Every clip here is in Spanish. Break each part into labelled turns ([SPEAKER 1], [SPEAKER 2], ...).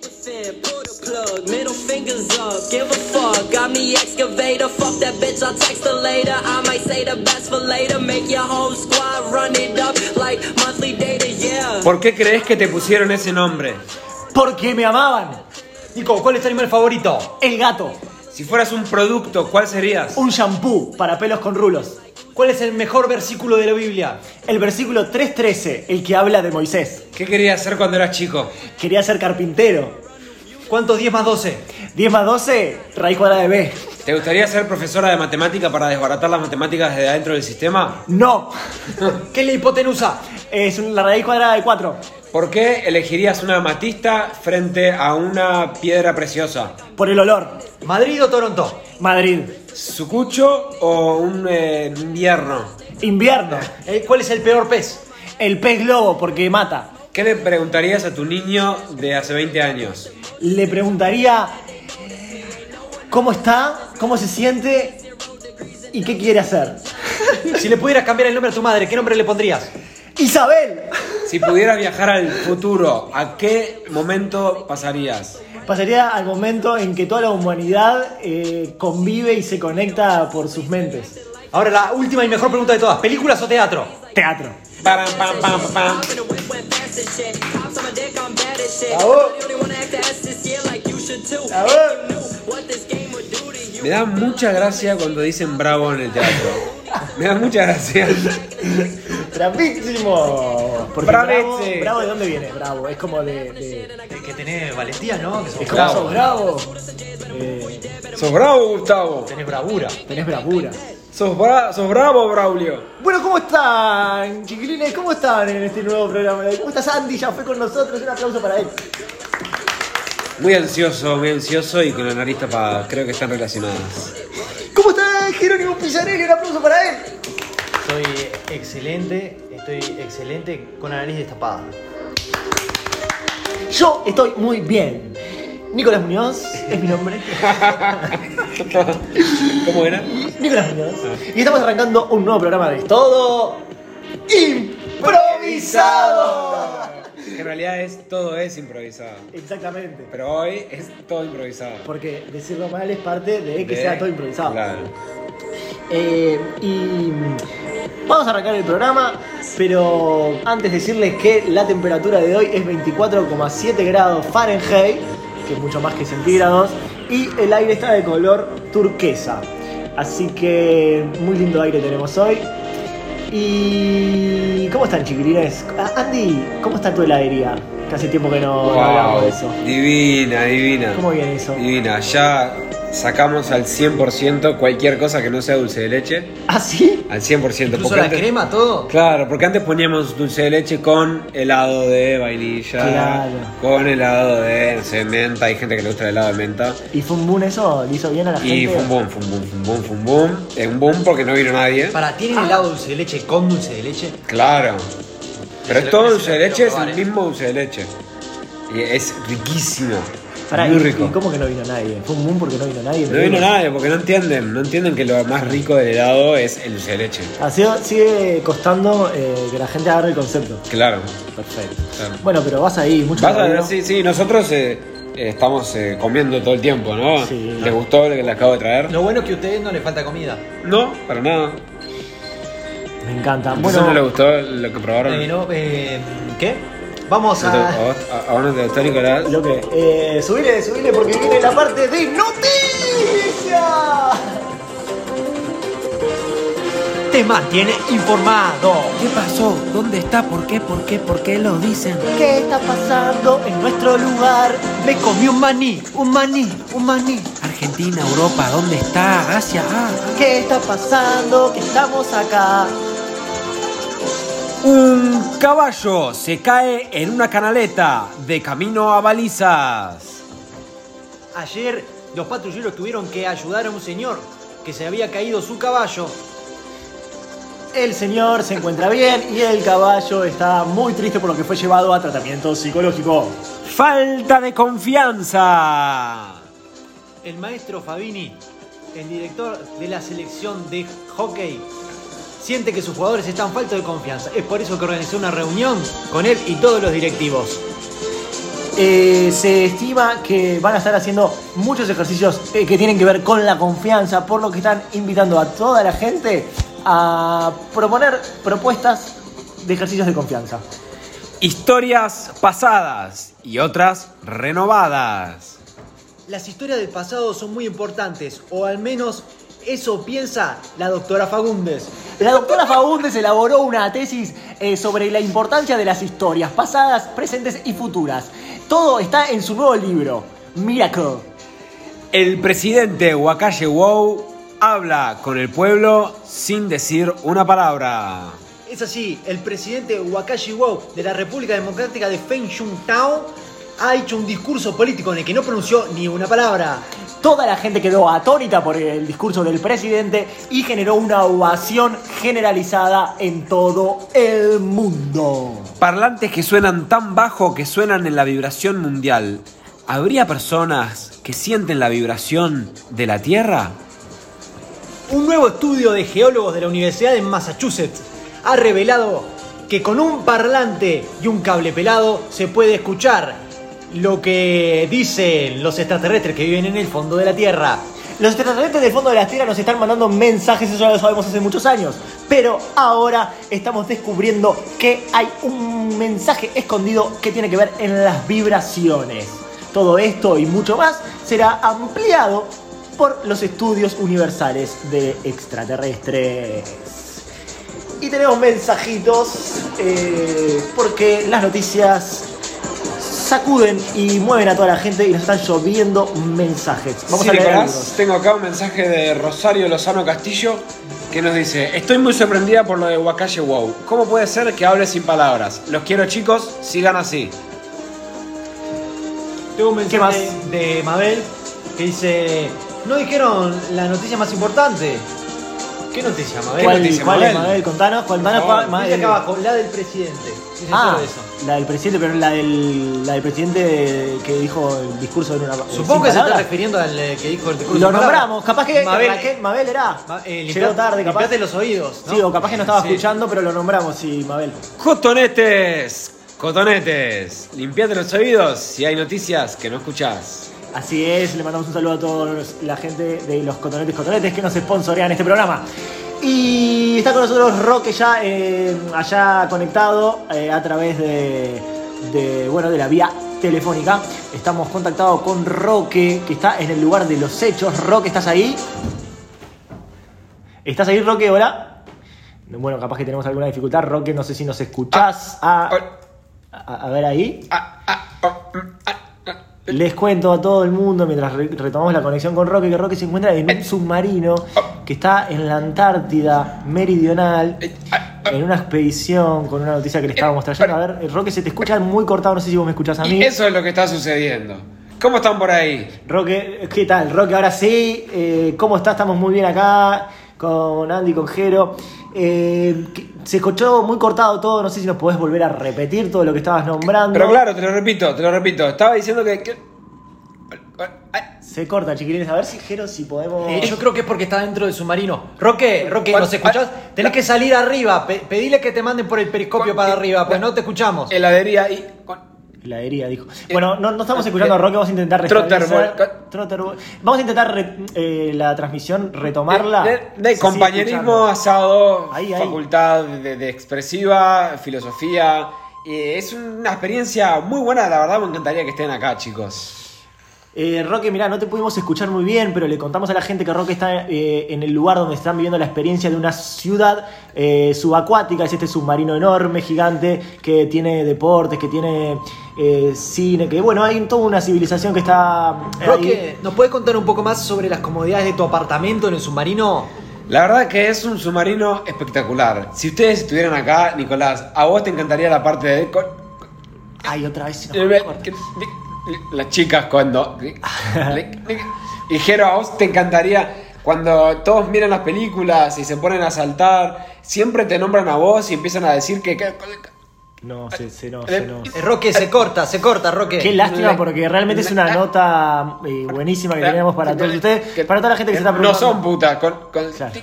[SPEAKER 1] Yeah, pull the plug, middle fingers up, give a fuck. Got me excavator, fuck that bitch, I'll text her later. I might say the best for later, make your whole squad run it up like monthly data, yeah.
[SPEAKER 2] ¿Por qué crees que te pusieron ese nombre?
[SPEAKER 3] Porque me amaban. Nico, ¿cuál es tu animal favorito? El gato.
[SPEAKER 2] Si fueras un producto, ¿cuál serías?
[SPEAKER 3] Un shampoo para pelos con rulos. ¿Cuál es el mejor versículo de la Biblia? El versículo 3.13, el que habla de Moisés.
[SPEAKER 2] ¿Qué querías hacer cuando eras chico?
[SPEAKER 3] Quería ser carpintero.
[SPEAKER 2] ¿Cuántos 10 más 12?
[SPEAKER 3] 10 más 12, raíz cuadrada de B.
[SPEAKER 2] ¿Te gustaría ser profesora de matemática para desbaratar las matemáticas desde adentro del sistema?
[SPEAKER 3] No,
[SPEAKER 2] ¿Qué es la hipotenusa?
[SPEAKER 3] es la raíz cuadrada de 4.
[SPEAKER 2] ¿Por qué elegirías una amatista frente a una piedra preciosa?
[SPEAKER 3] Por el olor.
[SPEAKER 4] ¿Madrid o Toronto?
[SPEAKER 3] Madrid.
[SPEAKER 2] ¿Sucucho o un eh, invierno?
[SPEAKER 3] Invierno.
[SPEAKER 4] Eh, ¿Cuál es el peor pez?
[SPEAKER 3] El pez globo porque mata.
[SPEAKER 2] ¿Qué le preguntarías a tu niño de hace 20 años?
[SPEAKER 3] Le preguntaría cómo está, cómo se siente y qué quiere hacer.
[SPEAKER 4] Si le pudieras cambiar el nombre a tu madre, ¿qué nombre le pondrías?
[SPEAKER 3] Isabel.
[SPEAKER 2] Si pudieras viajar al futuro, ¿a qué momento pasarías?
[SPEAKER 3] Pasaría al momento en que toda la humanidad eh, convive y se conecta por sus mentes.
[SPEAKER 4] Ahora la última y mejor pregunta de todas, ¿películas o teatro?
[SPEAKER 3] Teatro.
[SPEAKER 2] Pam, pam, pam, pam, pam.
[SPEAKER 1] I'm in the whip, went fast as shit. Cops on my dick, I'm bad as shit.
[SPEAKER 3] Bravo.
[SPEAKER 1] You don't wanna act the ass this year like you should too.
[SPEAKER 3] Bravo.
[SPEAKER 1] If you knew what this game would do to you.
[SPEAKER 2] Me da mucha gracia cuando dicen bravo en el teatro. Me da mucha gracia.
[SPEAKER 3] Bravísimo. Porque bravo, este.
[SPEAKER 2] Bravete.
[SPEAKER 3] bravo, ¿de dónde viene? Bravo, es como de... de-
[SPEAKER 4] Que tenés valentía, ¿no? Que sos
[SPEAKER 3] es como
[SPEAKER 2] Bravo.
[SPEAKER 3] sos bravo. Eh,
[SPEAKER 2] Sos bravo, Gustavo.
[SPEAKER 4] Tenés bravura.
[SPEAKER 3] tenés bravura.
[SPEAKER 2] Sos, bra- sos bravo, Braulio.
[SPEAKER 3] Bueno, ¿cómo están, chiquilines? ¿Cómo están en este nuevo programa? ¿Cómo estás, Andy? Ya fue con nosotros. Un aplauso para él.
[SPEAKER 2] Muy ansioso, muy ansioso y con la nariz tapada. Creo que están relacionadas.
[SPEAKER 3] ¿Cómo está Jerónimo Pillarelli? Un aplauso para él.
[SPEAKER 4] Soy excelente, estoy excelente con la nariz destapada.
[SPEAKER 3] Yo estoy muy bien. Nicolás Muñoz es mi nombre.
[SPEAKER 2] ¿Cómo era?
[SPEAKER 3] Nicolás Muñoz. Y estamos arrancando un nuevo programa de todo improvisado.
[SPEAKER 2] En realidad es todo es improvisado.
[SPEAKER 3] Exactamente.
[SPEAKER 2] Pero hoy es todo improvisado.
[SPEAKER 3] Porque decirlo mal es parte de que
[SPEAKER 2] De-
[SPEAKER 3] sea todo improvisado.
[SPEAKER 2] Claro.
[SPEAKER 3] Eh, y mm, vamos a arrancar el programa, pero antes decirles que la temperatura de hoy es 24,7 grados Fahrenheit, que es mucho más que centígrados, y el aire está de color turquesa. Así que muy lindo aire tenemos hoy. ¿Y cómo están chiquilines? Ah, Andy, ¿cómo está tu heladería? Que hace tiempo que no, no hablamos de eso.
[SPEAKER 2] Divina, divina.
[SPEAKER 3] ¿Cómo viene eso?
[SPEAKER 2] Divina. Ya sacamos al 100% cualquier cosa que no sea dulce de leche.
[SPEAKER 3] ¿Ah, sí?
[SPEAKER 2] Al 100%.
[SPEAKER 4] Incluso
[SPEAKER 2] porque
[SPEAKER 4] la
[SPEAKER 2] antes-
[SPEAKER 4] crema, todo.
[SPEAKER 2] Claro, porque antes poníamos dulce de leche con helado de vainilla,
[SPEAKER 3] Claro.
[SPEAKER 2] con helado de, no sé, menta, hay gente que le gusta el helado de menta.
[SPEAKER 3] ¿Y fue un boom eso? ¿Le hizo bien a la gente?
[SPEAKER 2] Y fue un boom, fue un boom, fue un boom, fue un boom. Eh, un boom porque no vino nadie.
[SPEAKER 4] Para, ¿tienen helado dulce de leche con dulce de leche?
[SPEAKER 2] Claro. Pero
[SPEAKER 4] Se
[SPEAKER 2] es
[SPEAKER 4] lo-
[SPEAKER 2] todo
[SPEAKER 4] se
[SPEAKER 2] dulce de
[SPEAKER 4] lo quiero
[SPEAKER 2] leche, es
[SPEAKER 4] probar,
[SPEAKER 2] el
[SPEAKER 4] eh.
[SPEAKER 2] mismo dulce de leche. Y es riquísimo.
[SPEAKER 3] Pará,
[SPEAKER 2] muy
[SPEAKER 3] y-
[SPEAKER 2] rico.
[SPEAKER 3] ¿Y cómo que no vino nadie? Fue un boom porque no vino nadie.
[SPEAKER 2] No vino nadie porque no entienden, no entienden que lo más rico del helado es el dulce de leche.
[SPEAKER 3] Así Ah, sigue costando eh, que la gente agarre el concepto.
[SPEAKER 2] Claro.
[SPEAKER 3] Perfecto.
[SPEAKER 2] Claro.
[SPEAKER 3] Bueno, pero vas ahí, mucho
[SPEAKER 2] Vas a ver,
[SPEAKER 3] laburo.
[SPEAKER 2] sí, sí, nosotros eh, eh, estamos eh, comiendo todo el tiempo, ¿no?
[SPEAKER 3] Sí.
[SPEAKER 2] ¿Les gustó lo que les acabo de traer?
[SPEAKER 4] Lo bueno es que a ustedes no les falta comida.
[SPEAKER 2] No, para nada.
[SPEAKER 3] Me encanta.
[SPEAKER 2] Ah, Bueno, no le
[SPEAKER 3] Bueno,
[SPEAKER 2] gustó lo que probaron?
[SPEAKER 4] Eh, no, eh, ¿Qué? Vamos
[SPEAKER 2] ¿No te- a
[SPEAKER 4] a...
[SPEAKER 2] vos- a- a vos no te gustó, Nicolás?
[SPEAKER 3] lo que. Eh, subile, subile porque viene la parte de noticias.
[SPEAKER 4] Te mantiene informado.
[SPEAKER 5] ¿Qué pasó? ¿Dónde está? ¿Por qué? ¿Por qué? ¿Por qué lo dicen?
[SPEAKER 3] ¿Qué está pasando en nuestro lugar?
[SPEAKER 4] Me comí un maní, un maní, un maní.
[SPEAKER 5] Argentina, Europa, ¿dónde está? Asia, ah, ah.
[SPEAKER 3] ¿Qué está pasando? Que estamos acá.
[SPEAKER 2] Un caballo se cae en una canaleta de camino a balizas.
[SPEAKER 4] Ayer los patrulleros tuvieron que ayudar a un señor que se había caído su caballo.
[SPEAKER 3] El señor se encuentra bien y el caballo está muy triste por lo que fue llevado a tratamiento psicológico.
[SPEAKER 2] Falta de confianza.
[SPEAKER 4] El maestro Fabini, el director de la selección de hockey, siente que sus jugadores están faltos de confianza. Es por eso que organizó una reunión con él y todos los directivos.
[SPEAKER 3] eh, se estima que van a estar haciendo muchos ejercicios eh, que tienen que ver con la confianza, por lo que están invitando a toda la gente a proponer propuestas de ejercicios de confianza.
[SPEAKER 2] Historias pasadas y otras renovadas.
[SPEAKER 4] Las historias del pasado son muy importantes, o al menos eso piensa la doctora Fagundes.
[SPEAKER 3] La doctora Fagundes elaboró una tesis eh, sobre la importancia de las historias pasadas, presentes y futuras. Todo está en su nuevo libro, Miracle.
[SPEAKER 2] El presidente Wakalle Wow habla con el pueblo sin decir una palabra.
[SPEAKER 4] Es así, el presidente Wakashi Wow de la República Democrática de Feng Tao ha hecho un discurso político en el que no pronunció ni una palabra.
[SPEAKER 3] Toda la gente quedó atónita por el discurso del presidente y generó una ovación generalizada en todo el mundo.
[SPEAKER 2] Parlantes que suenan tan bajo que suenan en la vibración mundial. ¿Habría personas que sienten la vibración de la Tierra?
[SPEAKER 4] Un nuevo estudio de geólogos de la Universidad de Massachusetts ha revelado que con un parlante y un cable pelado se puede escuchar lo que dicen los extraterrestres que viven en el fondo de la Tierra.
[SPEAKER 3] Los extraterrestres del fondo de la Tierra nos están mandando mensajes, eso ya lo sabemos hace muchos años. Pero ahora estamos descubriendo que hay un mensaje escondido que tiene que ver en las vibraciones. Todo esto y mucho más será ampliado por los estudios universales de extraterrestres. Y tenemos mensajitos eh, porque las noticias sacuden y mueven a toda la gente y nos están lloviendo mensajes. Vamos
[SPEAKER 2] Sí,
[SPEAKER 3] a leer
[SPEAKER 2] Nicolás,
[SPEAKER 3] algunos.
[SPEAKER 2] tengo acá un mensaje de Rosario Lozano Castillo que nos dice, estoy muy sorprendida por lo de Wakalle Wow. ¿Cómo puede ser que hable sin palabras? Los quiero chicos, sigan así.
[SPEAKER 4] Tengo un mensaje
[SPEAKER 3] más?
[SPEAKER 4] de Mabel que dice, no dijeron la noticia más importante. ¿Qué noticia, Mabel?
[SPEAKER 3] ¿Cuál,
[SPEAKER 2] noticia,
[SPEAKER 3] cuál es,
[SPEAKER 2] Mabel?
[SPEAKER 3] Mabel? Contanos, contanos,
[SPEAKER 2] Por favor,
[SPEAKER 3] cuál- Mabel.
[SPEAKER 4] Dice acá abajo, la del presidente. Dice
[SPEAKER 3] eh, Ah,
[SPEAKER 4] solo eso.
[SPEAKER 3] la del presidente, pero la del, la del presidente que dijo el discurso de una. eh,
[SPEAKER 4] Supongo que se está
[SPEAKER 3] palabras.
[SPEAKER 4] refiriendo al eh, que dijo el discurso.
[SPEAKER 3] Lo
[SPEAKER 4] de palabras.
[SPEAKER 3] nombramos, capaz que
[SPEAKER 4] Mabel,
[SPEAKER 3] Raquel- Mabel era.
[SPEAKER 4] Ma- eh,
[SPEAKER 3] Llegó
[SPEAKER 4] limpia-
[SPEAKER 3] tarde, capaz.
[SPEAKER 4] limpiate los oídos. ¿no?
[SPEAKER 3] Sí, o capaz que no estaba
[SPEAKER 4] Sí.
[SPEAKER 3] escuchando, pero lo nombramos, sí, Mabel.
[SPEAKER 2] Cotonetes, cotonetes, limpiate los oídos si hay noticias que no escuchás.
[SPEAKER 3] Así es, le mandamos un saludo a toda la gente de los Cotonetes Cotonetes que nos sponsorean este programa. Y está con nosotros Roque ya eh, allá conectado eh, a través de, de, bueno, de la vía telefónica. Estamos contactados con Roque, que está en el lugar de los hechos. Roque, ¿estás ahí? ¿Estás ahí, Roque? Hola. Bueno, capaz que tenemos alguna dificultad. Roque, no sé si nos escuchás. Ah,
[SPEAKER 2] hola.
[SPEAKER 3] a- a ver ahí.
[SPEAKER 2] Ah, ah, oh, mm, ah.
[SPEAKER 3] Les cuento a todo el mundo mientras re- retomamos la conexión con Roque que Roque se encuentra en
[SPEAKER 2] Eh.
[SPEAKER 3] un submarino
[SPEAKER 2] Ah.
[SPEAKER 3] que está en la Antártida meridional
[SPEAKER 2] Eh, ah,
[SPEAKER 3] en una expedición con una noticia que le estábamos trayendo. A ver, eh, Roque, se te escucha muy cortado, no sé si vos me escuchás a
[SPEAKER 2] Y
[SPEAKER 3] mí.
[SPEAKER 2] eso es lo que está sucediendo. ¿Cómo están por ahí?
[SPEAKER 3] Roque, ¿qué tal? Roque, ahora sí, eh, ¿cómo estás? Estamos muy bien acá con Andy, con Jero. Eh, que- se escuchó muy cortado todo, no sé si nos podés volver a repetir todo lo que estabas nombrando.
[SPEAKER 2] Pero claro, te lo repito, te lo repito. Estaba diciendo que... eh, que-
[SPEAKER 3] Se corta, chiquilines. A ver si Jero, si podemos...
[SPEAKER 4] Eh, yo creo que es porque está dentro del submarino. Roque, Roque, ¿nos
[SPEAKER 2] Ay,
[SPEAKER 4] escuchás?
[SPEAKER 2] ay,
[SPEAKER 4] Tenés que salir arriba. Pe- pedile que te manden por el periscopio
[SPEAKER 2] Ay,
[SPEAKER 4] para
[SPEAKER 2] eh,
[SPEAKER 4] arriba, pues
[SPEAKER 2] eh,
[SPEAKER 4] no te escuchamos.
[SPEAKER 2] Heladería y...
[SPEAKER 3] Heladería, dijo. Bueno, no, no
[SPEAKER 2] Eh,
[SPEAKER 3] estamos escuchando a Roque, vamos a intentar
[SPEAKER 2] Trotterball.
[SPEAKER 3] restablecer- Trotterball. Vamos a intentar re- eh, la transmisión, retomarla.
[SPEAKER 2] De, Eh, de
[SPEAKER 3] Sí, sí,
[SPEAKER 2] compañerismo
[SPEAKER 3] escucharla.
[SPEAKER 2] asado,
[SPEAKER 3] Ahí, ahí.
[SPEAKER 2] facultad de, de expresiva, filosofía. Eh, es una experiencia muy buena, la verdad me encantaría que estén acá, chicos.
[SPEAKER 3] Eh, Roque, mirá, no te pudimos escuchar muy bien, pero le contamos a la gente que Roque está eh, en el lugar donde están viviendo la experiencia de una ciudad eh, subacuática. Es este submarino enorme, gigante, que tiene deportes, que tiene eh, cine, que bueno, hay toda una civilización que está. eh, ahí.
[SPEAKER 4] Roque, ¿nos puedes contar un poco más sobre las comodidades de tu apartamento en el submarino?
[SPEAKER 2] La verdad que es un submarino espectacular. Si ustedes estuvieran acá, Nicolás, a vos te encantaría la parte de... co-
[SPEAKER 3] Ay, otra vez. se nos
[SPEAKER 2] eh,
[SPEAKER 3] corta.
[SPEAKER 2] que- Las chicas cuando... Y Jero, a vos te encantaría... Cuando todos miran las películas y se ponen a saltar, siempre te nombran a vos y empiezan a decir que- que
[SPEAKER 3] No, se, se nos. Se nos.
[SPEAKER 4] Eh, Roque, se corta, se corta, Roque.
[SPEAKER 3] Qué lástima porque realmente es una nota eh, buenísima que teníamos para todos ustedes, para toda la gente que se está
[SPEAKER 2] No
[SPEAKER 3] preguntando.
[SPEAKER 2] son putas, con. con-
[SPEAKER 3] Claro.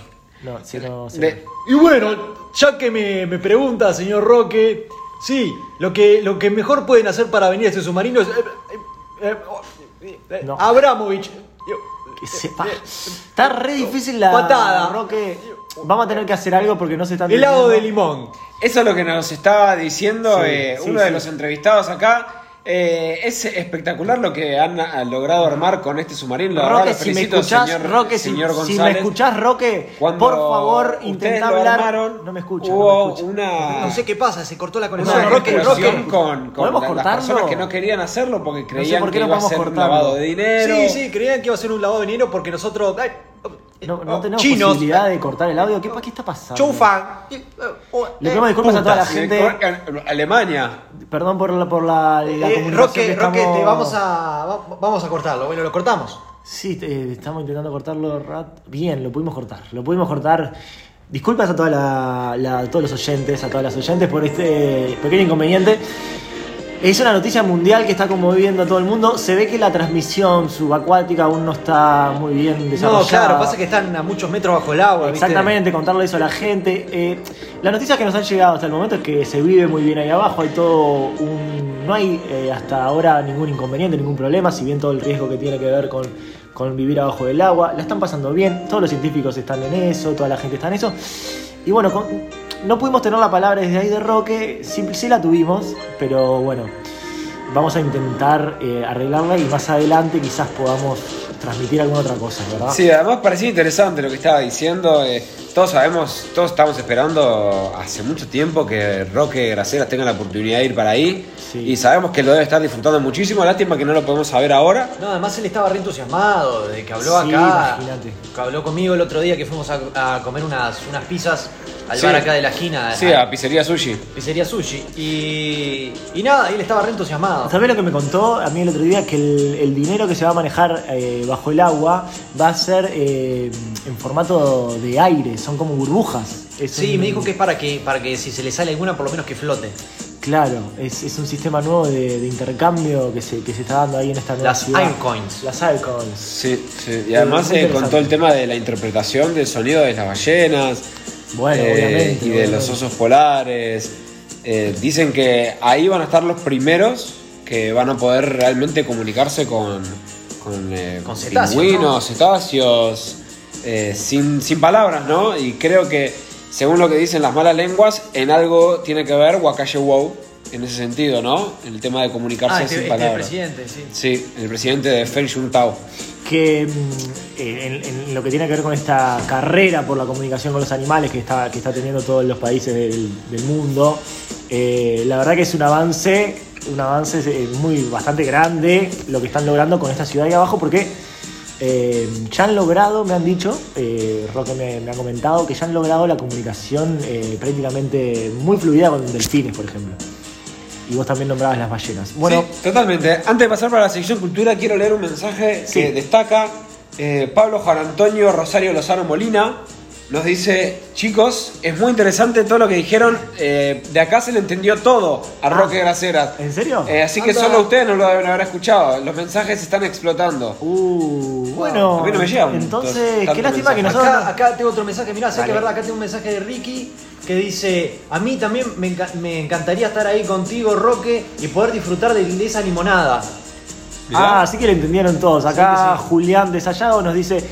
[SPEAKER 3] No, sí, no, sí.
[SPEAKER 2] de-
[SPEAKER 4] Y bueno, ya que me, me pregunta, señor Roque, Sí, lo que, lo que mejor pueden hacer para venir a este submarino es. eh, eh, eh, oh, eh, eh,
[SPEAKER 3] No.
[SPEAKER 4] Abramovich.
[SPEAKER 3] Que se va. Está re difícil la
[SPEAKER 4] Patada.
[SPEAKER 3] Roque. Vamos a tener que hacer algo porque no se está
[SPEAKER 4] Helado de
[SPEAKER 3] entendiendo.
[SPEAKER 4] limón.
[SPEAKER 2] Eso es lo que nos estaba diciendo
[SPEAKER 3] Sí,
[SPEAKER 2] eh,
[SPEAKER 3] sí,
[SPEAKER 2] uno
[SPEAKER 3] sí.
[SPEAKER 2] de los entrevistados acá. Eh, es espectacular lo que han ah, logrado armar con este submarino. La verdad,
[SPEAKER 3] Roque,
[SPEAKER 2] los
[SPEAKER 3] si me
[SPEAKER 2] felicito,
[SPEAKER 3] escuchás,
[SPEAKER 2] señor-
[SPEAKER 3] Roque, si,
[SPEAKER 2] señor
[SPEAKER 3] si me
[SPEAKER 2] González.
[SPEAKER 3] escuchás, Roque,
[SPEAKER 2] Cuando
[SPEAKER 3] por favor,
[SPEAKER 2] ustedes
[SPEAKER 3] intenta
[SPEAKER 2] lo
[SPEAKER 3] hablar.
[SPEAKER 2] armaron,
[SPEAKER 3] no me escucha,
[SPEAKER 2] Hubo
[SPEAKER 3] no me escucha.
[SPEAKER 2] una.
[SPEAKER 4] No sé qué pasa, se cortó la
[SPEAKER 2] una
[SPEAKER 4] conexión.
[SPEAKER 3] No,
[SPEAKER 4] Roque,
[SPEAKER 2] explosión
[SPEAKER 4] Roque.
[SPEAKER 2] con, con
[SPEAKER 3] ¿Podemos
[SPEAKER 2] la- las
[SPEAKER 3] cortarlo?
[SPEAKER 2] personas que no querían hacerlo porque creían
[SPEAKER 3] por
[SPEAKER 2] que
[SPEAKER 3] qué no
[SPEAKER 2] iba a
[SPEAKER 3] podemos
[SPEAKER 2] ser
[SPEAKER 3] cortarlo.
[SPEAKER 2] un lavado de dinero.
[SPEAKER 4] Sí, sí, creían que iba a ser un lavado de dinero porque nosotros. ay,
[SPEAKER 3] No,
[SPEAKER 4] oh,
[SPEAKER 3] no tenemos
[SPEAKER 4] chinos.
[SPEAKER 3] posibilidad de cortar el audio. ¿Qué, pa- qué está pasando?
[SPEAKER 4] Choufan.
[SPEAKER 3] Le
[SPEAKER 4] eh,
[SPEAKER 3] pedimos disculpas a toda la
[SPEAKER 2] Putas,
[SPEAKER 3] gente.
[SPEAKER 2] eh, Alemania.
[SPEAKER 3] Perdón por la, por la, la
[SPEAKER 4] Eh,
[SPEAKER 3] comunicación
[SPEAKER 4] Roque,
[SPEAKER 3] que
[SPEAKER 4] Roque,
[SPEAKER 3] estamos-
[SPEAKER 4] te vamos a. va- Vamos a cortarlo. Bueno, lo cortamos.
[SPEAKER 3] Sí, te- estamos intentando cortarlo rat- bien, lo pudimos cortar, lo pudimos cortar. Disculpas a, toda la, la- a todos los oyentes, a todas las oyentes por este pequeño inconveniente. Es una noticia mundial que está conmoviendo a todo el mundo. Se ve que la transmisión subacuática aún no está muy bien desarrollada.
[SPEAKER 4] No, claro, pasa que están a muchos metros bajo el agua. ¿viste?
[SPEAKER 3] Exactamente, contarle eso a la gente. Eh, las noticias que nos han llegado hasta el momento es que se vive muy bien ahí abajo, hay todo un... No hay eh, hasta ahora ningún inconveniente, ningún problema, si bien todo el riesgo que tiene que ver con, con vivir abajo del agua, la están pasando bien, todos los científicos están en eso, toda la gente está en eso. Y bueno, con- no pudimos tener la palabra desde ahí de Roque, sí, sí la tuvimos, pero bueno, vamos a intentar eh, arreglarla y más adelante quizás podamos transmitir alguna otra cosa, ¿verdad?
[SPEAKER 2] Sí, además parecía interesante lo que estaba diciendo. eh, todos sabemos, todos estamos esperando hace mucho tiempo que Roque Graceras tenga la oportunidad de ir para ahí.
[SPEAKER 3] Sí.
[SPEAKER 2] Y sabemos que lo debe estar disfrutando muchísimo. Lástima que no lo podemos saber ahora.
[SPEAKER 4] No, además él estaba re entusiasmado de que habló
[SPEAKER 3] Sí,
[SPEAKER 4] acá.
[SPEAKER 3] imagínate.
[SPEAKER 4] Que habló conmigo el otro día que fuimos a, a comer unas, unas pizzas al
[SPEAKER 2] Sí.
[SPEAKER 4] bar acá de la esquina.
[SPEAKER 3] Ah,
[SPEAKER 2] Sí,
[SPEAKER 4] a-
[SPEAKER 2] a Pizzería Sushi.
[SPEAKER 4] Pizzería Sushi. Y, y nada, él estaba re entusiasmado.
[SPEAKER 3] ¿Sabés lo que me contó a mí el otro día? Que el, el dinero que se va a manejar eh, bajo el agua va a ser eh, en formato de aire, son como burbujas. Es
[SPEAKER 4] Sí,
[SPEAKER 3] un-
[SPEAKER 4] me dijo que es para que, para que si se le sale alguna, por lo menos que flote.
[SPEAKER 3] Claro, es, es un sistema nuevo de, de intercambio que se, que se está dando ahí en esta nueva
[SPEAKER 4] Las
[SPEAKER 3] ciudad.
[SPEAKER 4] Ironcoins.
[SPEAKER 3] Las Ironcoins.
[SPEAKER 2] Sí, sí. Y además
[SPEAKER 3] muy
[SPEAKER 2] eh,
[SPEAKER 3] interesante.
[SPEAKER 2] contó el tema de la interpretación del sonido de las ballenas.
[SPEAKER 3] Bueno,
[SPEAKER 2] eh,
[SPEAKER 3] obviamente,
[SPEAKER 2] Y de
[SPEAKER 3] obviamente.
[SPEAKER 2] los osos polares. Eh, dicen que ahí van a estar los primeros que van a poder realmente comunicarse con, con, eh,
[SPEAKER 4] Con cetáceos, ¿no?
[SPEAKER 2] pingüinos, cetáceos, eh, sin, sin palabras, ¿no? Y creo que, según lo que dicen las malas lenguas, en algo tiene que ver Wakalle Wow, en ese sentido, ¿no? El tema de comunicarse
[SPEAKER 4] Ah, este,
[SPEAKER 2] sin
[SPEAKER 4] este
[SPEAKER 2] palabras.
[SPEAKER 4] presidente, sí.
[SPEAKER 2] Sí, el presidente de Feng Tao.
[SPEAKER 3] que mm, eh, en, en lo que tiene que ver con esta carrera por la comunicación con los animales que está, que está teniendo todos los países del, del mundo, eh, la verdad que es un avance, un avance eh, muy bastante grande lo que están logrando con esta ciudad ahí abajo porque eh, ya han logrado, me han dicho, eh, Roque me, me ha comentado, que ya han logrado la comunicación eh, prácticamente muy fluida con delfines, por ejemplo. Y vos también nombrabas las ballenas. Bueno,
[SPEAKER 2] Sí, totalmente. Antes de pasar para la sección cultura, quiero leer un mensaje
[SPEAKER 3] Sí.
[SPEAKER 2] que destaca eh, Pablo Juan Antonio Rosario Lozano Molina. Nos dice, chicos, es muy interesante todo lo que dijeron. eh, de acá se le entendió todo
[SPEAKER 3] Ah.
[SPEAKER 2] a Roque Graceras.
[SPEAKER 3] ¿en serio?
[SPEAKER 2] Eh, así que
[SPEAKER 4] Anda.
[SPEAKER 2] solo ustedes no lo deben haber escuchado. Los mensajes están explotando.
[SPEAKER 3] Uh, bueno,
[SPEAKER 2] a mí no me llegan tantos-
[SPEAKER 3] entonces, qué
[SPEAKER 2] tantos
[SPEAKER 3] lástima que
[SPEAKER 2] mensajes.
[SPEAKER 3] nosotros.
[SPEAKER 4] Acá, acá tengo otro mensaje, mirá, sé
[SPEAKER 2] Dale.
[SPEAKER 4] que verdad, acá tengo un mensaje de Ricky que dice, a mí también me, enca- me encantaría estar ahí contigo, Roque, y poder disfrutar de, de esa limonada.
[SPEAKER 2] Mirá.
[SPEAKER 3] Ah, sí que lo entendieron todos. Acá
[SPEAKER 4] Sí que sí.
[SPEAKER 3] Julián Desayado nos dice: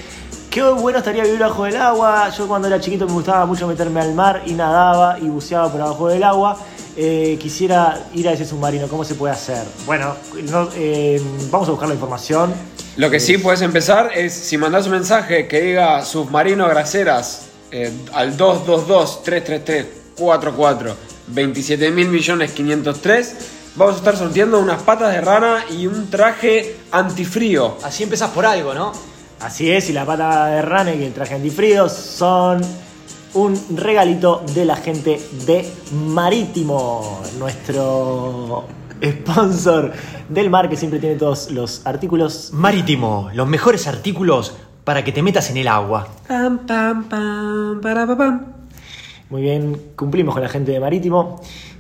[SPEAKER 3] Qué bueno estaría vivir bajo del agua. Yo cuando era chiquito me gustaba mucho meterme al mar y nadaba y buceaba por abajo del agua. Eh, quisiera ir a ese submarino, ¿cómo se puede hacer? Bueno, no- eh, vamos a buscar la información.
[SPEAKER 2] Lo que sí puedes empezar es, si mandás un mensaje que diga submarino Graceras eh, al 222-333-44, 27 mil millones 503, vamos a estar sorteando unas patas de rana y un traje antifrío.
[SPEAKER 4] Así empezás por algo, ¿no?
[SPEAKER 3] Así es, y la pata de rana y el traje antifrío son un regalito de la gente de Marítimo, nuestro sponsor del mar que siempre tiene todos los artículos.
[SPEAKER 4] Marítimo, los mejores artículos para que te metas en el agua.
[SPEAKER 3] Muy bien, cumplimos con la gente de Marítimo.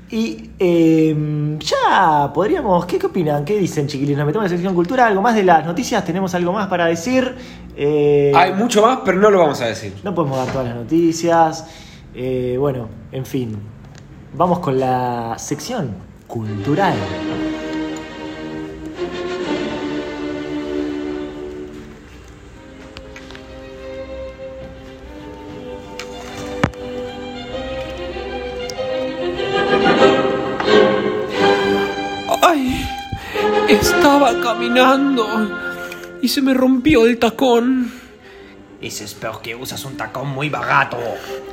[SPEAKER 3] Y eh, ya podríamos, ¿qué, qué opinan? ¿Qué dicen, chiquilines? ¿Nos metemos en la sección cultura? ¿Algo más de las noticias? ¿Tenemos algo más para decir? Eh,
[SPEAKER 2] Hay mucho más, pero no lo vamos a decir.
[SPEAKER 3] No podemos dar todas las noticias. Eh, bueno, en fin. Vamos con la sección cultural.
[SPEAKER 6] Ay, estaba caminando y se me rompió el tacón.
[SPEAKER 4] Dices, pero que usas un tacón muy barato.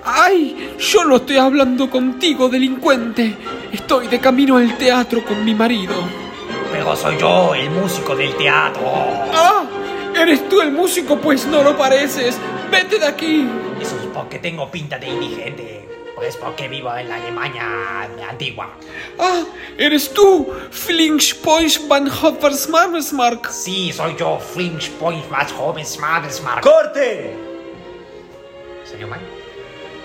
[SPEAKER 6] Ay, yo no estoy hablando contigo, delincuente. Estoy de camino al teatro con mi marido.
[SPEAKER 4] Pero soy yo, el músico del teatro.
[SPEAKER 6] Ah, eres tú el músico, pues no lo pareces. Vete de aquí.
[SPEAKER 4] Eso es porque tengo pinta de indigente. Pues porque vivo en la Alemania antigua.
[SPEAKER 6] Ah, eres tú, Flingspoich van Hoffersmarmesmark.
[SPEAKER 4] Sí, soy yo, Fringe Point más joven, más más.
[SPEAKER 3] ¡Corte!
[SPEAKER 4] Señor Man.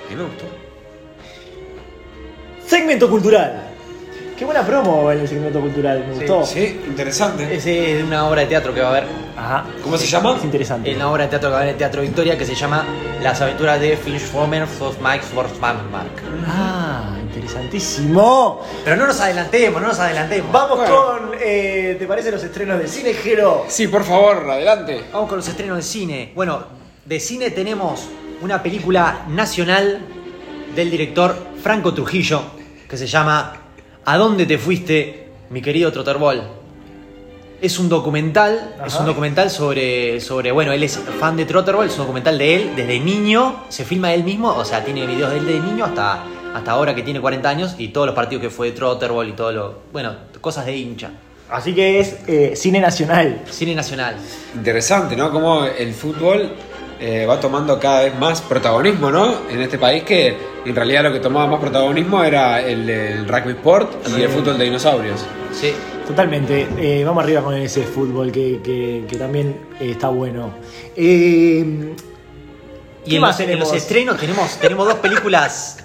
[SPEAKER 2] Me gustó.
[SPEAKER 3] Segmento cultural. Qué buena promo en el segmento cultural, me gustó.
[SPEAKER 2] Sí, interesante.
[SPEAKER 4] Ese es de una obra de teatro que va a haber.
[SPEAKER 3] Ajá.
[SPEAKER 2] ¿Cómo se llama?
[SPEAKER 3] Es interesante.
[SPEAKER 4] En la obra de teatro que va a haber en el Teatro Victoria que se llama Las aventuras de Finch Fomer of Mike Mark.
[SPEAKER 3] Ah, interesantísimo.
[SPEAKER 4] Pero no nos adelantemos, no nos adelantemos.
[SPEAKER 3] Vamos
[SPEAKER 2] Bueno.
[SPEAKER 3] con, eh, ¿te parece los estrenos del cine, Jero?
[SPEAKER 2] Sí, por favor, adelante.
[SPEAKER 4] Vamos con los estrenos de cine. Bueno, de cine tenemos una película nacional del director Franco Trujillo que se llama ¿A dónde te fuiste, mi querido Trotterball? Es un documental, es un documental sobre, sobre, bueno, él es fan de Trotterball, es un documental de él desde niño, se filma él mismo, o sea, tiene videos de él desde niño hasta, hasta ahora que tiene 40 años y todos los partidos que fue de Trotterball y todo lo, bueno, cosas de hincha,
[SPEAKER 3] Así que es eh, cine nacional.
[SPEAKER 4] cine nacional.
[SPEAKER 2] Interesante, ¿no? Como el fútbol eh, va tomando cada vez más protagonismo, ¿no? En este país que en realidad lo que tomaba más protagonismo era el, el rugby sport y el fútbol de dinosaurios.
[SPEAKER 4] Sí.
[SPEAKER 3] Totalmente, eh, vamos arriba con ese fútbol que, que- que también eh, está bueno. Eh,
[SPEAKER 4] Y
[SPEAKER 3] ¿Qué
[SPEAKER 4] en
[SPEAKER 3] más
[SPEAKER 4] los, en
[SPEAKER 3] tenemos?
[SPEAKER 4] los estrenos tenemos, tenemos dos películas.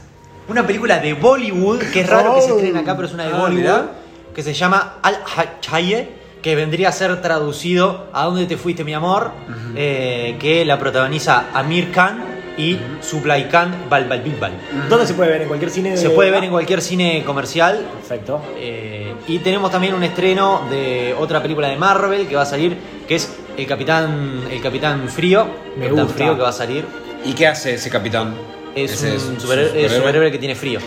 [SPEAKER 4] Una película de Bollywood, que es raro que se
[SPEAKER 3] Oh.
[SPEAKER 4] estrene acá, pero es una de
[SPEAKER 2] Ah,
[SPEAKER 4] Bollywood,
[SPEAKER 2] mirá.
[SPEAKER 4] que se llama Al Hachaye, que vendría a ser traducido ¿A dónde te fuiste, mi amor? eh, que la protagoniza Amir Khan y Sublai Khan Balbalbilbal.
[SPEAKER 3] ¿Dónde se puede ver? ¿En cualquier cine? de-
[SPEAKER 4] Se puede ver en cualquier cine comercial.
[SPEAKER 3] Perfecto.
[SPEAKER 4] eh, y tenemos también un estreno de otra película de Marvel que va a salir, que es El Capitán, el Capitán Frío.
[SPEAKER 3] Me
[SPEAKER 4] Capitán
[SPEAKER 3] gusta.
[SPEAKER 4] Frío que va a salir.
[SPEAKER 2] ¿Y qué hace ese capitán?
[SPEAKER 4] Es
[SPEAKER 2] Ese
[SPEAKER 4] un superhéroe, es un superhéroe que tiene frío.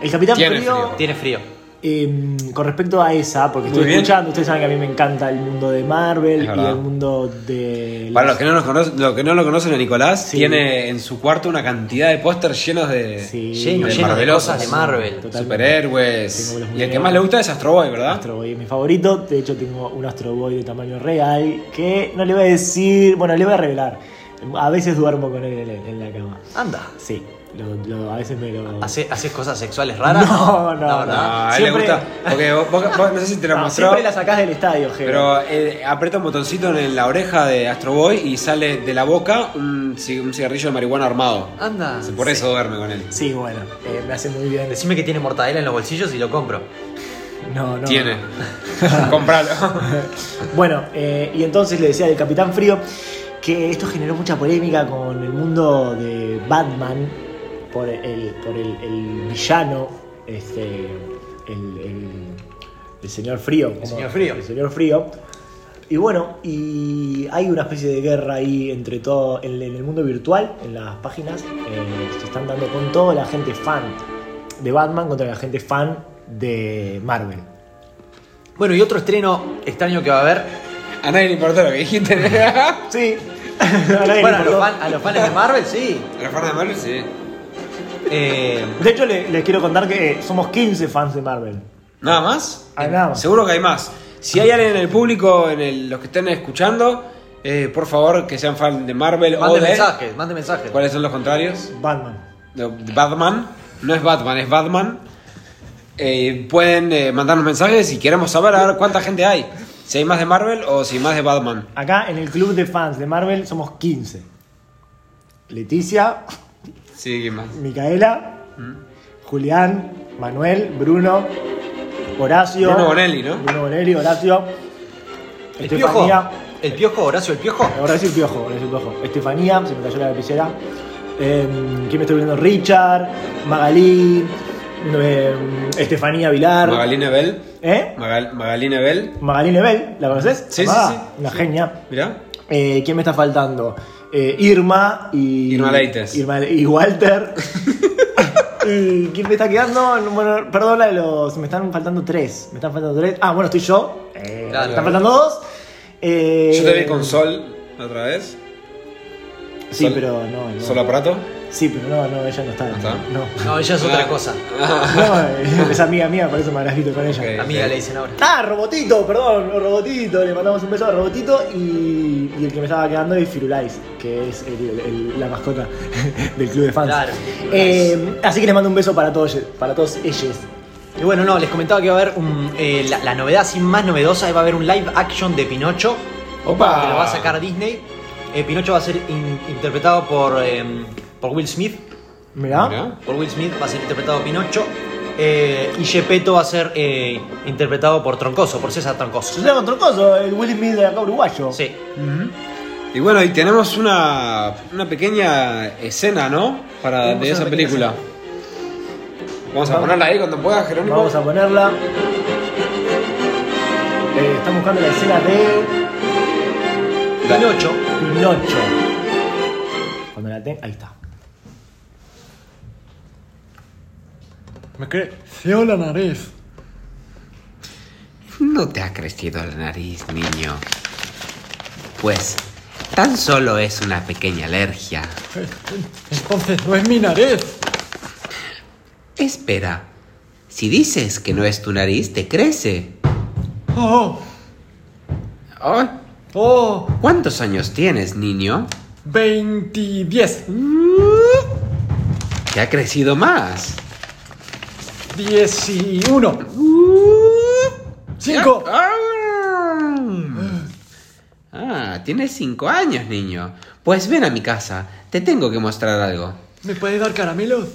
[SPEAKER 3] El Capitán
[SPEAKER 2] Tiene
[SPEAKER 3] Frío,
[SPEAKER 2] frío.
[SPEAKER 4] Tiene frío.
[SPEAKER 3] eh, con respecto a esa, porque
[SPEAKER 2] Muy
[SPEAKER 3] estoy
[SPEAKER 2] bien.
[SPEAKER 3] escuchando, ustedes saben que a mí me encanta el mundo de Marvel
[SPEAKER 2] Es
[SPEAKER 3] y
[SPEAKER 2] verdad.
[SPEAKER 3] el mundo de...
[SPEAKER 2] Para los que no, nos conocen, los que no lo conocen a Nicolás,
[SPEAKER 3] Sí.
[SPEAKER 2] tiene en su cuarto una cantidad de pósters llenos de
[SPEAKER 3] Sí.
[SPEAKER 4] Lleno,
[SPEAKER 2] de
[SPEAKER 4] lleno de
[SPEAKER 2] Marvelosos.
[SPEAKER 4] cosas de Marvel.
[SPEAKER 3] Totalmente.
[SPEAKER 2] superhéroes.
[SPEAKER 3] Tengo los
[SPEAKER 2] Y el que
[SPEAKER 3] muñecos.
[SPEAKER 2] más le gusta es Astro Boy, ¿verdad?
[SPEAKER 3] Astro Boy es mi favorito, de hecho tengo un Astro Boy de tamaño real que no le voy a decir, bueno, le voy a revelar. A veces duermo con él en, en la cama.
[SPEAKER 4] Anda.
[SPEAKER 3] Sí, lo- lo- a veces me lo...
[SPEAKER 4] ¿Hace- ¿Haces cosas sexuales raras?
[SPEAKER 3] No, no,
[SPEAKER 4] ¿verdad?
[SPEAKER 2] No, Ah, a él
[SPEAKER 3] Siempre-
[SPEAKER 2] le gusta. Porque vos, vos- vos- no sé si te lo
[SPEAKER 3] No,
[SPEAKER 2] mostró.
[SPEAKER 3] Ah, siempre la sacás del estadio, Jero.
[SPEAKER 2] Pero eh, aprieta un botoncito en la oreja de Astro Boy y sale de la boca un, ci- un cigarrillo de marihuana armado.
[SPEAKER 4] Anda.
[SPEAKER 2] Por eso duerme con él.
[SPEAKER 3] Sí, bueno, eh, me hace muy bien.
[SPEAKER 4] Decime que tiene mortadela en los bolsillos y lo compro.
[SPEAKER 3] No, no.
[SPEAKER 2] Tiene. Compralo.
[SPEAKER 3] Bueno, eh, y entonces le decía del Capitán Frío que esto generó mucha polémica con el mundo de Batman por el, por el, el villano, este, el, el- el señor Frío. como-
[SPEAKER 4] señor Frío.
[SPEAKER 3] El señor Frío. Y bueno, y hay una especie de guerra ahí entre todo, en, en el mundo virtual, en las páginas, eh, se están dando con toda la gente fan de Batman contra la gente fan de Marvel.
[SPEAKER 4] Bueno, y otro estreno extraño que va a haber.
[SPEAKER 2] A nadie le importó lo que dijiste. ¿La
[SPEAKER 3] Sí. A nadie le
[SPEAKER 4] Bueno, a los,
[SPEAKER 3] importó.
[SPEAKER 4] fan- a los fans de Marvel, sí.
[SPEAKER 2] forma de Marvel? Sí.
[SPEAKER 4] Eh,
[SPEAKER 3] De hecho, le- les quiero contar que eh, somos 15 fans de Marvel.
[SPEAKER 2] ¿Nada más?
[SPEAKER 3] Ah, nada más.
[SPEAKER 2] Seguro que hay más. Si hay alguien en el público, en el- los que estén escuchando, eh, por favor que sean fan de Marvel o
[SPEAKER 4] mande
[SPEAKER 2] de.
[SPEAKER 4] mensajes, mande mensajes.
[SPEAKER 2] ¿Cuáles son los contrarios?
[SPEAKER 3] Batman.
[SPEAKER 2] de Batman, no es Batman, es Batman. Eh, pueden eh, mandarnos mensajes si queremos saber a ver cuánta gente hay. Si hay más de Marvel o si más de Batman.
[SPEAKER 3] Acá en el club de fans de Marvel somos 15. Leticia,
[SPEAKER 2] Sí, ¿quién más?
[SPEAKER 3] Micaela,
[SPEAKER 2] Mm.
[SPEAKER 3] Julián, Manuel, Bruno, Horacio.
[SPEAKER 2] Bruno Bonelli, ¿no?
[SPEAKER 3] Bruno Bonelli, Horacio.
[SPEAKER 4] El piojo.
[SPEAKER 3] Estefanía.
[SPEAKER 4] El piojo, Horacio, el piojo.
[SPEAKER 3] Horacio el piojo, Horacio el piojo. Estefanía, Em, se me cayó la lapicera. Eh, ¿Quién me está viendo? Richard, Magalí, eh, Estefanía Vilar.
[SPEAKER 2] Magalina Bell.
[SPEAKER 3] ¿Eh?
[SPEAKER 2] Magal- Magalina Bell.
[SPEAKER 3] Magalí Nebel, ¿la conoces?
[SPEAKER 2] Sí, sí,
[SPEAKER 3] Amada,
[SPEAKER 2] sí.
[SPEAKER 3] Una
[SPEAKER 2] Sí.
[SPEAKER 3] genia.
[SPEAKER 2] Mirá.
[SPEAKER 3] Eh, ¿Quién me está faltando? Eh, Irma y.
[SPEAKER 2] Irma Leites.
[SPEAKER 3] Irma- y Walter. ¿Y quién me está quedando? Bueno, perdón, la de los. Me están faltando tres. Me están faltando tres. Ah, bueno, estoy yo. Eh,
[SPEAKER 2] Claro.
[SPEAKER 3] me están faltando dos. Eh,
[SPEAKER 2] Yo te vi con Sol la otra vez.
[SPEAKER 3] Sí,
[SPEAKER 2] Sol-
[SPEAKER 3] pero no. no.
[SPEAKER 2] Sol aparato.
[SPEAKER 3] Sí, pero no, no, ella no está.
[SPEAKER 2] ¿No está?
[SPEAKER 3] No.
[SPEAKER 4] No, ella es otra cosa.
[SPEAKER 3] No, es amiga mía, por eso me habrás visto con ella.
[SPEAKER 2] Ok.
[SPEAKER 4] Amiga le dicen ahora.
[SPEAKER 3] Ah, Robotito, perdón, Robotito, le mandamos un beso a Robotito y, y el que me estaba quedando es Firulais, que es el- el- la mascota del club de fans.
[SPEAKER 4] Claro.
[SPEAKER 3] Eh, así que les mando un beso para todos, para todos ellos.
[SPEAKER 4] Y bueno, no, les comentaba que va a haber un, eh, la, la novedad sin más novedosa, va a haber un live action de Pinocho.
[SPEAKER 2] Opa.
[SPEAKER 4] Que lo va a sacar Disney. Eh, Pinocho va a ser in- interpretado por, eh, por Will Smith.
[SPEAKER 3] Mirá.
[SPEAKER 2] Mirá.
[SPEAKER 4] Por Will Smith va a ser interpretado Pinocho. Eh, y Gepetto va a ser eh, interpretado por Troncoso, por César Troncoso.
[SPEAKER 3] Se llama Troncoso, el Will Smith de acá uruguayo.
[SPEAKER 4] Sí.
[SPEAKER 2] Y bueno, y tenemos una, una pequeña escena, ¿no? Para
[SPEAKER 4] Tenemos
[SPEAKER 2] de
[SPEAKER 4] una
[SPEAKER 2] esa
[SPEAKER 4] pequeña
[SPEAKER 2] película. Vamos a
[SPEAKER 3] Vamos.
[SPEAKER 2] ponerla ahí cuando puedas, Jerónimo.
[SPEAKER 3] Vamos a ponerla. Eh, están buscando la escena de
[SPEAKER 2] La-
[SPEAKER 4] Pinocho.
[SPEAKER 3] Pinocho. Cuando la tenga, ahí está.
[SPEAKER 7] Me creció la nariz.
[SPEAKER 8] No te ha crecido la nariz, niño. Pues tan solo es una pequeña alergia.
[SPEAKER 7] Entonces no es mi nariz.
[SPEAKER 8] Espera. Si dices que no es tu nariz, te crece.
[SPEAKER 7] Oh,
[SPEAKER 8] Oh,
[SPEAKER 7] oh,
[SPEAKER 8] ¿Cuántos años tienes, niño?
[SPEAKER 7] 20 10.
[SPEAKER 8] Te ha crecido más.
[SPEAKER 7] 11. 5.
[SPEAKER 8] Ah, tienes cinco años, niño. Pues ven a mi casa. Te tengo que mostrar algo.
[SPEAKER 7] ¿Me puedes dar caramelos?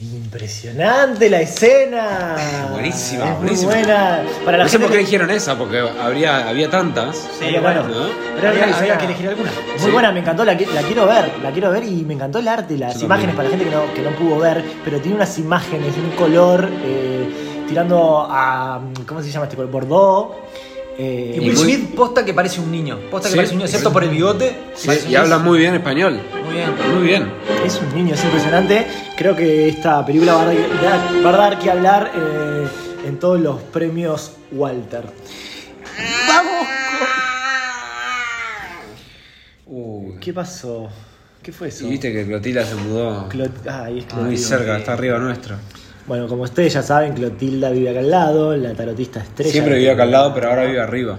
[SPEAKER 3] Impresionante la escena.
[SPEAKER 2] buenísima,
[SPEAKER 3] es muy
[SPEAKER 2] buenísima.
[SPEAKER 3] buena. Para la
[SPEAKER 2] No sé
[SPEAKER 3] gente
[SPEAKER 2] por qué
[SPEAKER 3] que-
[SPEAKER 2] dijeron esa, porque habría, había tantas.
[SPEAKER 3] Sí, bueno,
[SPEAKER 2] ¿no?
[SPEAKER 3] pero
[SPEAKER 4] Había-
[SPEAKER 3] era-
[SPEAKER 4] había
[SPEAKER 3] era-
[SPEAKER 4] que elegir alguna.
[SPEAKER 3] Muy buena, me encantó, la, qui- la quiero ver, la quiero ver y me encantó el arte, las
[SPEAKER 2] Yo también.
[SPEAKER 3] imágenes para la gente que no, que no pudo ver, pero tiene unas imágenes, un color eh, tirando a. ¿Cómo se llama este color? Bordeaux. eh,
[SPEAKER 4] Y Will
[SPEAKER 2] muy-
[SPEAKER 4] Smith posta que parece un niño. Posta que
[SPEAKER 2] Sí.
[SPEAKER 4] parece un niño, excepto por el bigote.
[SPEAKER 2] Sí,
[SPEAKER 4] parece un
[SPEAKER 2] y
[SPEAKER 4] niño.
[SPEAKER 2] habla muy bien español.
[SPEAKER 4] Muy bien.
[SPEAKER 2] Muy bien.
[SPEAKER 3] Es un niño, es impresionante. Creo que esta película va a dar, va a dar que hablar eh, en todos los premios Walter.
[SPEAKER 2] Uy.
[SPEAKER 3] ¿Qué pasó? ¿Qué fue eso?
[SPEAKER 2] Y viste Ah, que Clotilda se mudó
[SPEAKER 3] Clot- Ay, es
[SPEAKER 2] muy
[SPEAKER 3] Clotilde.
[SPEAKER 2] cerca, está arriba nuestro.
[SPEAKER 3] Bueno, como ustedes ya saben, Clotilda vive acá al lado, la tarotista estrella.
[SPEAKER 2] Siempre vivió acá al lado, pero ahora vive arriba.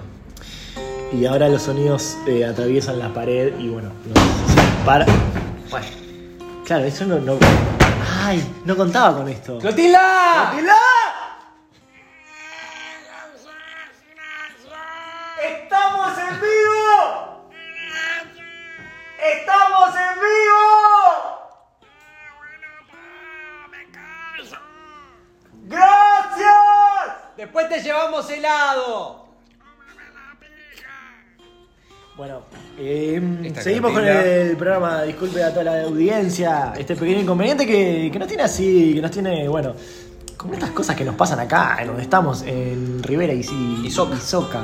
[SPEAKER 3] Y ahora los sonidos eh, atraviesan la pared y bueno, no, se para.
[SPEAKER 4] Bueno.
[SPEAKER 3] Claro, eso no, no- Ay, no contaba con esto.
[SPEAKER 2] ¡Clotila! ¡Clotila!
[SPEAKER 3] ¡Estamos en vivo! ¡Estamos en vivo! ¡Gracias!
[SPEAKER 4] Después te llevamos helado.
[SPEAKER 3] Bueno, eh,
[SPEAKER 2] Esta
[SPEAKER 3] seguimos
[SPEAKER 2] cortina.
[SPEAKER 3] con el programa. Disculpe a toda la audiencia este pequeño inconveniente que, que nos tiene así, que nos tiene, bueno, como estas cosas que nos pasan acá, en donde estamos, en Rivera y, y,
[SPEAKER 4] Y Soca.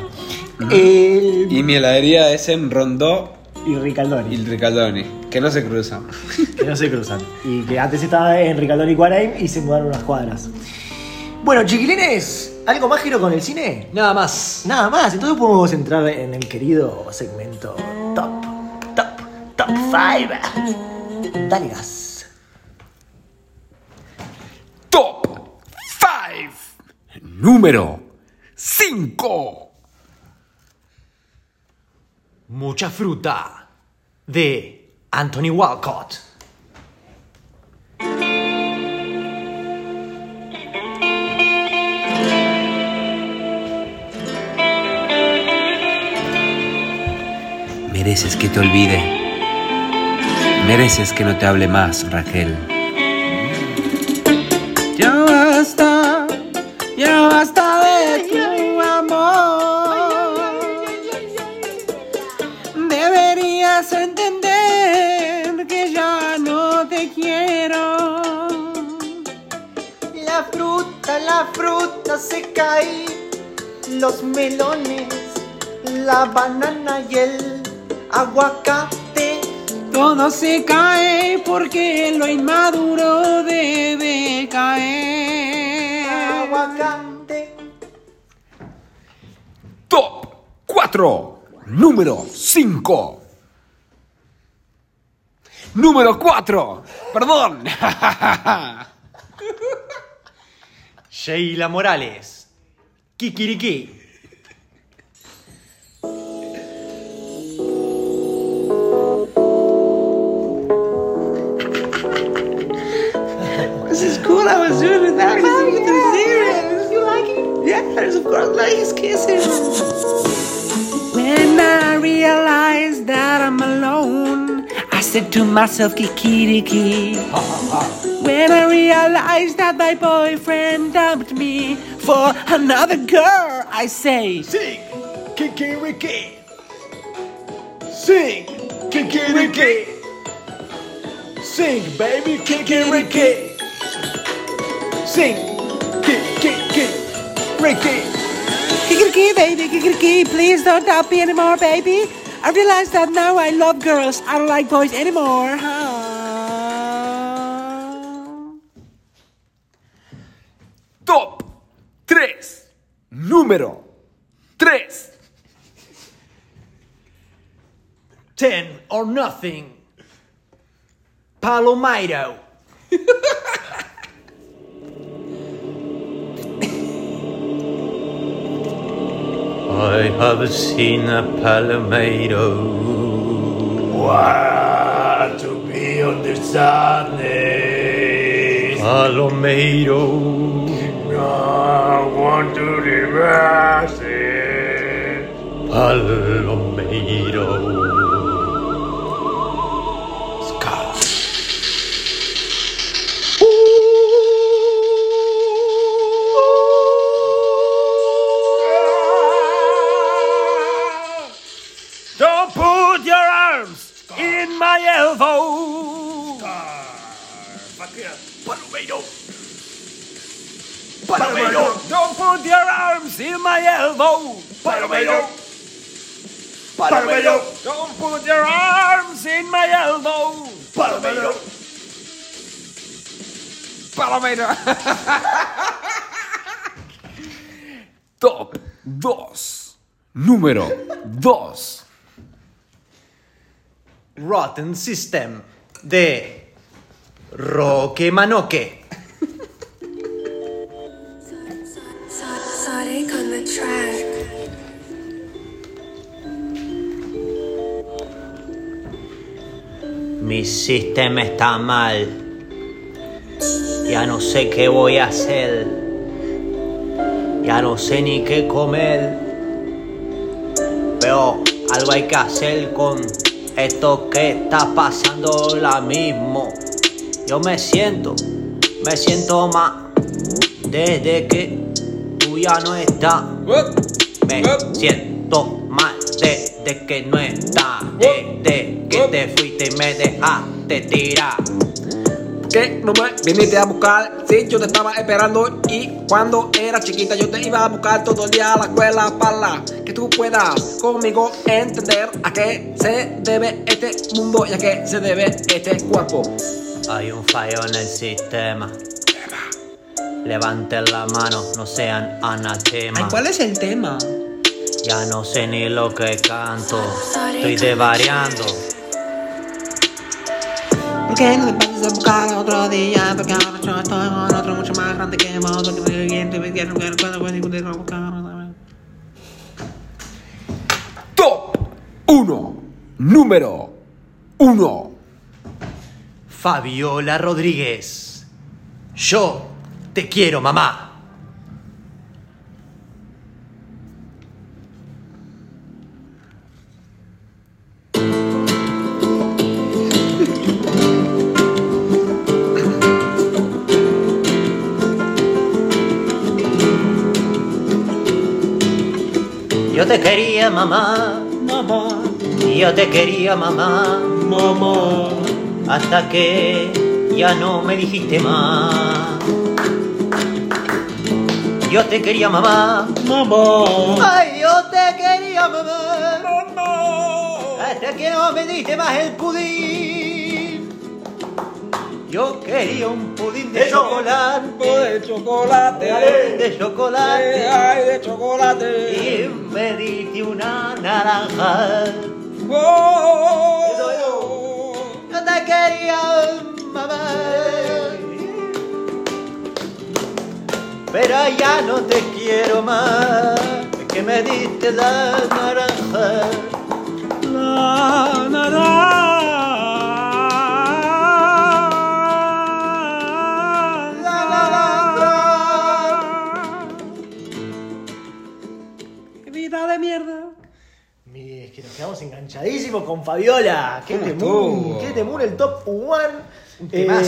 [SPEAKER 3] y El-
[SPEAKER 2] Y mi heladería es en Rondó
[SPEAKER 3] y Ricaldoni,
[SPEAKER 2] y Ricaldoni, que no se cruzan.
[SPEAKER 3] que no se cruzan. Y que antes estaba en Ricaldoni y Guaraim y se mudaron unas cuadras. Bueno, chiquilines, ¿algo más giro con el cine?
[SPEAKER 4] Nada más.
[SPEAKER 3] Nada más, entonces podemos entrar en el querido segmento Top, Top, Top 5. Dale gas.
[SPEAKER 6] Top 5. Número 5.
[SPEAKER 4] Mucha fruta de Anthony Walcott.
[SPEAKER 8] Mereces que te olvide. Mereces que no te hable más, Raquel. Ya basta, ya basta de tu amor. Deberías entender que ya no te quiero. La fruta
[SPEAKER 3] la fruta se cae, los melones, la banana y el aguacate.
[SPEAKER 5] Todo se cae porque lo inmaduro debe caer.
[SPEAKER 3] Aguacate.
[SPEAKER 9] Top 4. Número 5.
[SPEAKER 2] Número 4. Perdón.
[SPEAKER 4] Sheila Morales. Kikiriki.
[SPEAKER 5] When I realized that I'm alone, I said to myself, Kikiriki. when I realized that my boyfriend dumped me for another girl, I say,
[SPEAKER 4] Sing. Kikiriki. Sing. Kikiriki. Sing, baby. Kikiriki. Sing. Kikiriki.
[SPEAKER 5] Kikiriki, baby, Kikiriki, please don't dump me anymore, baby. I realize that now I love girls, I don't like boys anymore. Ah.
[SPEAKER 9] Top 3. Número 3.
[SPEAKER 4] Ten or nothing. Palomiro. I have seen a palomiro. What to be on the sunny palomiro. No want to reverse it. Palomiro. Don't put your arms in my elbow. Palomero. Palomero. Don't put your arms in my elbow. Palomero. Palomero. Don't put your arms in my elbow. Palomero.
[SPEAKER 9] Top 2. Número 2.
[SPEAKER 4] Rotten System de Roque Manoque.
[SPEAKER 10] Sonic on the track.
[SPEAKER 4] Mi sistema está mal. Ya no sé qué voy a hacer. Ya no sé ni qué comer. Pero algo hay que hacer con esto que está pasando ahora mismo. Yo me siento, me siento más desde que tú ya no estás. Me siento mal desde que no estás, desde que te fuiste y me dejaste tirar.
[SPEAKER 2] ¿Qué? No me viniste a buscar. Sí, yo te estaba esperando. Y cuando era chiquita, yo te iba a buscar todo el día a la escuela para que tú puedas conmigo entender a qué se debe este mundo y a qué se debe este cuerpo.
[SPEAKER 4] Hay un fallo en el sistema. Levanten la mano, no sean anatemas.
[SPEAKER 5] es el tema?
[SPEAKER 4] Ya no sé ni lo que canto, estoy devariando.
[SPEAKER 5] ¿Por qué no te pases a buscar otro día? Porque ahora yo estoy con otro mucho más grande que vos. Lo que me viene, me quiero, quiero, quiero, quiero, quiero, buscar.
[SPEAKER 9] Top 1. Número 1.
[SPEAKER 4] Fabiola Rodríguez. Yo te quiero, mamá. Yo te quería, mamá.
[SPEAKER 3] Mamá,
[SPEAKER 4] Yo te quería, mamá.
[SPEAKER 3] mamá,
[SPEAKER 4] hasta que ya no me dijiste más.
[SPEAKER 1] Yo te quería mamá. Mamá. Ay, yo te quería mamá. Mamá. Hasta que no me diste más el pudín. Yo quería un pudín de chocolate.
[SPEAKER 2] de chocolate. Eh,
[SPEAKER 1] De chocolate.
[SPEAKER 2] Ay, de chocolate.
[SPEAKER 1] Y me diste una naranja.
[SPEAKER 2] Oh.
[SPEAKER 1] Yo te quería mamá.
[SPEAKER 2] Eh.
[SPEAKER 1] Pero ya no te quiero más. Que me diste la naranja. La naranja.
[SPEAKER 5] Vida de mierda.
[SPEAKER 3] Mire, es que nos quedamos enganchadísimos con Fabiola. Qué
[SPEAKER 2] ¿Cómo
[SPEAKER 3] temún,
[SPEAKER 2] estuvo?
[SPEAKER 3] qué temún el top 1.
[SPEAKER 4] temazo.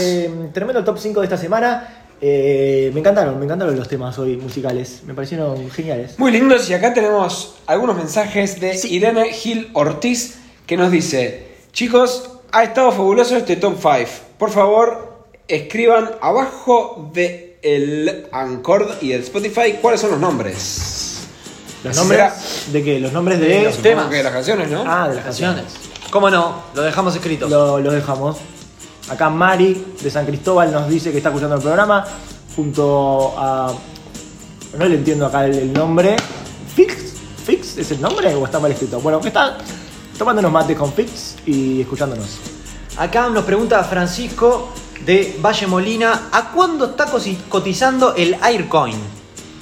[SPEAKER 3] tremendo top 5 de esta semana. Eh, me encantaron, me encantaron los temas hoy musicales. Me parecieron geniales.
[SPEAKER 2] Muy lindos y acá tenemos algunos mensajes de Irene Gil Ortiz que nos dice, chicos, ha estado fabuloso este top 5. Por favor, escriban abajo de el Anchor y el Spotify cuáles son los nombres.
[SPEAKER 3] ¿Los
[SPEAKER 2] Así
[SPEAKER 3] nombres
[SPEAKER 2] será.
[SPEAKER 3] de qué? Los nombres de
[SPEAKER 2] Supongo
[SPEAKER 4] temas.
[SPEAKER 2] que de las canciones, ¿no?
[SPEAKER 3] Ah, de las
[SPEAKER 4] Canciones. ¿Cómo no? Lo dejamos escrito.
[SPEAKER 3] Lo, los dejamos. Acá Mari de San Cristóbal nos dice que está escuchando el programa junto a. No le entiendo acá el, el nombre. ¿Fix? ¿Fix es el nombre o está mal escrito? Bueno, que está tomándonos mates con Fix y escuchándonos.
[SPEAKER 4] Acá nos pregunta Francisco de Valle Molina, ¿a cuándo está cosi- cotizando el Aircoin?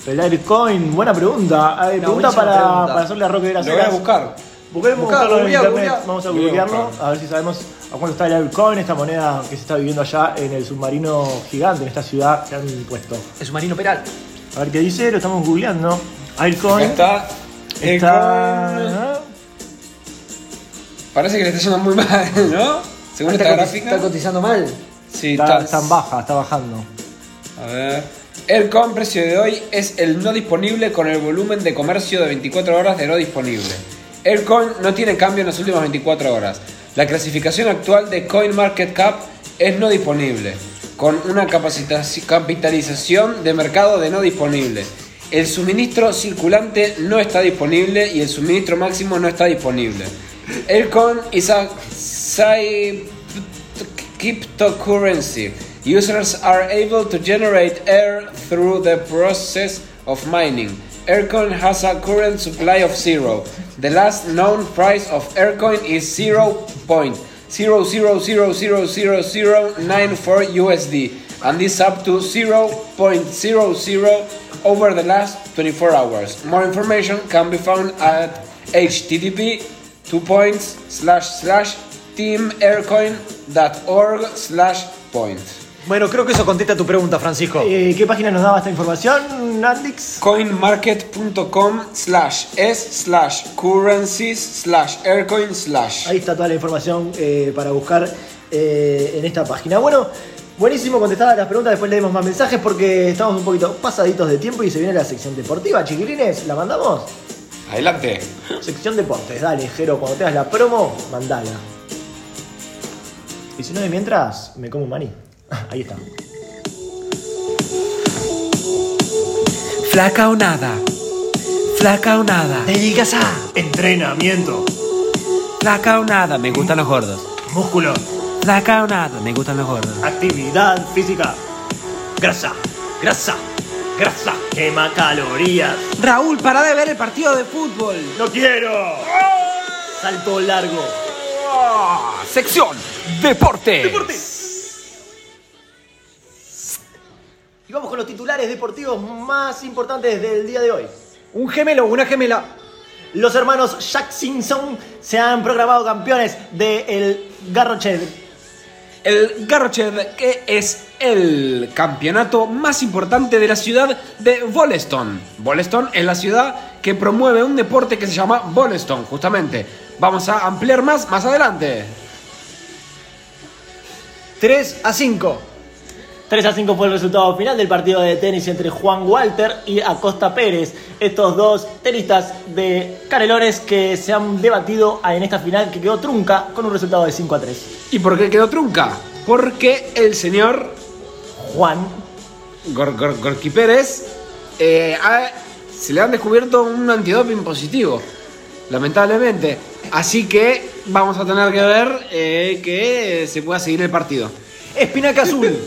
[SPEAKER 3] El Aircoin, buena pregunta. Eh,
[SPEAKER 4] Una
[SPEAKER 3] pregunta
[SPEAKER 4] buenísima
[SPEAKER 3] para,
[SPEAKER 4] pregunta.
[SPEAKER 3] para hacerle a Roque de las
[SPEAKER 2] Lo voy a
[SPEAKER 3] Heras.
[SPEAKER 2] buscar.
[SPEAKER 3] Busquemos
[SPEAKER 2] Buscá,
[SPEAKER 3] buscarlo en
[SPEAKER 2] googleá,
[SPEAKER 3] internet.
[SPEAKER 2] googleá.
[SPEAKER 3] Vamos a
[SPEAKER 2] Lo voy a
[SPEAKER 3] googlearlo,
[SPEAKER 2] buscar.
[SPEAKER 3] a ver si sabemos a cuánto está el Aircoin, esta moneda que se está viviendo allá en el submarino gigante, en esta ciudad que han puesto.
[SPEAKER 4] El submarino Peral.
[SPEAKER 3] A ver qué dice, lo estamos googleando.
[SPEAKER 2] Acá
[SPEAKER 3] Aircoin.
[SPEAKER 2] está. Aircoin.
[SPEAKER 3] Está.
[SPEAKER 2] Parece que le está yendo muy mal, ¿no? Según esta gráfica.
[SPEAKER 4] cotizando mal.
[SPEAKER 2] Sí,
[SPEAKER 3] Está,
[SPEAKER 2] está.
[SPEAKER 3] está en baja, está bajando.
[SPEAKER 2] A ver. El con precio de hoy es el no disponible con el volumen de comercio de 24 horas de no disponible. El coin no tiene cambio en las últimas 24 horas. La clasificación actual de CoinMarketCap es no disponible, con una capacita- capitalización de mercado de no disponible. El suministro circulante no está disponible y el suministro máximo no está disponible. El con Isa cryptocurrency. Users are able to generate air through the process of mining. Aircoin has a current supply of zero. The last known price of Aircoin is 0.00000094 USD and is up to 0.00 over the last 24 hours. More information can be found at http two points slash slash teamaircoin.org slash point.
[SPEAKER 4] Bueno, creo que eso contesta tu pregunta, Francisco.
[SPEAKER 3] Eh, ¿Qué página nos daba esta información, Natix?
[SPEAKER 2] coinmarket.com slash es slash currencies slash aircoin slash.
[SPEAKER 3] Ahí está toda la información eh, para buscar eh, en esta página. Bueno, buenísimo contestar las preguntas, después leemos más mensajes porque estamos un poquito pasaditos de tiempo y se viene la sección deportiva, chiquilines, ¿la mandamos?
[SPEAKER 2] Adelante.
[SPEAKER 3] Sección deportes, dale, Jero, cuando tengas la promo, mandala. Y si no, de mientras, me como un maní. Ahí está.
[SPEAKER 5] Flaca o nada. Flaca o nada.
[SPEAKER 3] Dedicas a entrenamiento,
[SPEAKER 5] Flaca o nada. Me gustan los gordos.
[SPEAKER 3] músculo,
[SPEAKER 5] Flaca o nada. Me gustan los gordos.
[SPEAKER 3] actividad física, grasa, grasa, grasa, quema calorías.
[SPEAKER 5] Raúl, para de ver el partido de fútbol.
[SPEAKER 3] ¡No quiero! Salto largo.
[SPEAKER 2] Ah,
[SPEAKER 9] Sección Deporte.
[SPEAKER 3] Y vamos con los titulares deportivos más importantes del día de hoy.
[SPEAKER 4] Un gemelo, una gemela.
[SPEAKER 3] Los hermanos Jack Simpson se han programado campeones del el Garrochet.
[SPEAKER 2] El Garrochet, que es el campeonato más importante de la ciudad de Wollaston. Wollaston es la ciudad que promueve un deporte que se llama Wollaston, justamente. Vamos a ampliar más más adelante.
[SPEAKER 4] 3 a 5.
[SPEAKER 3] 3 a 5 fue el resultado final del partido de tenis entre Juan Walter y Acosta Pérez. Estos dos tenistas de Canelones que se han debatido en esta final que quedó trunca con un resultado de 5 a 3.
[SPEAKER 2] ¿Y por qué quedó trunca? Porque el señor
[SPEAKER 3] Juan
[SPEAKER 2] Gor- Gor- Gorky Pérez eh, ha- se le han descubierto un antidoping positivo, lamentablemente. Así que vamos a tener que ver eh, que se pueda seguir el partido.
[SPEAKER 4] Espinaca azul.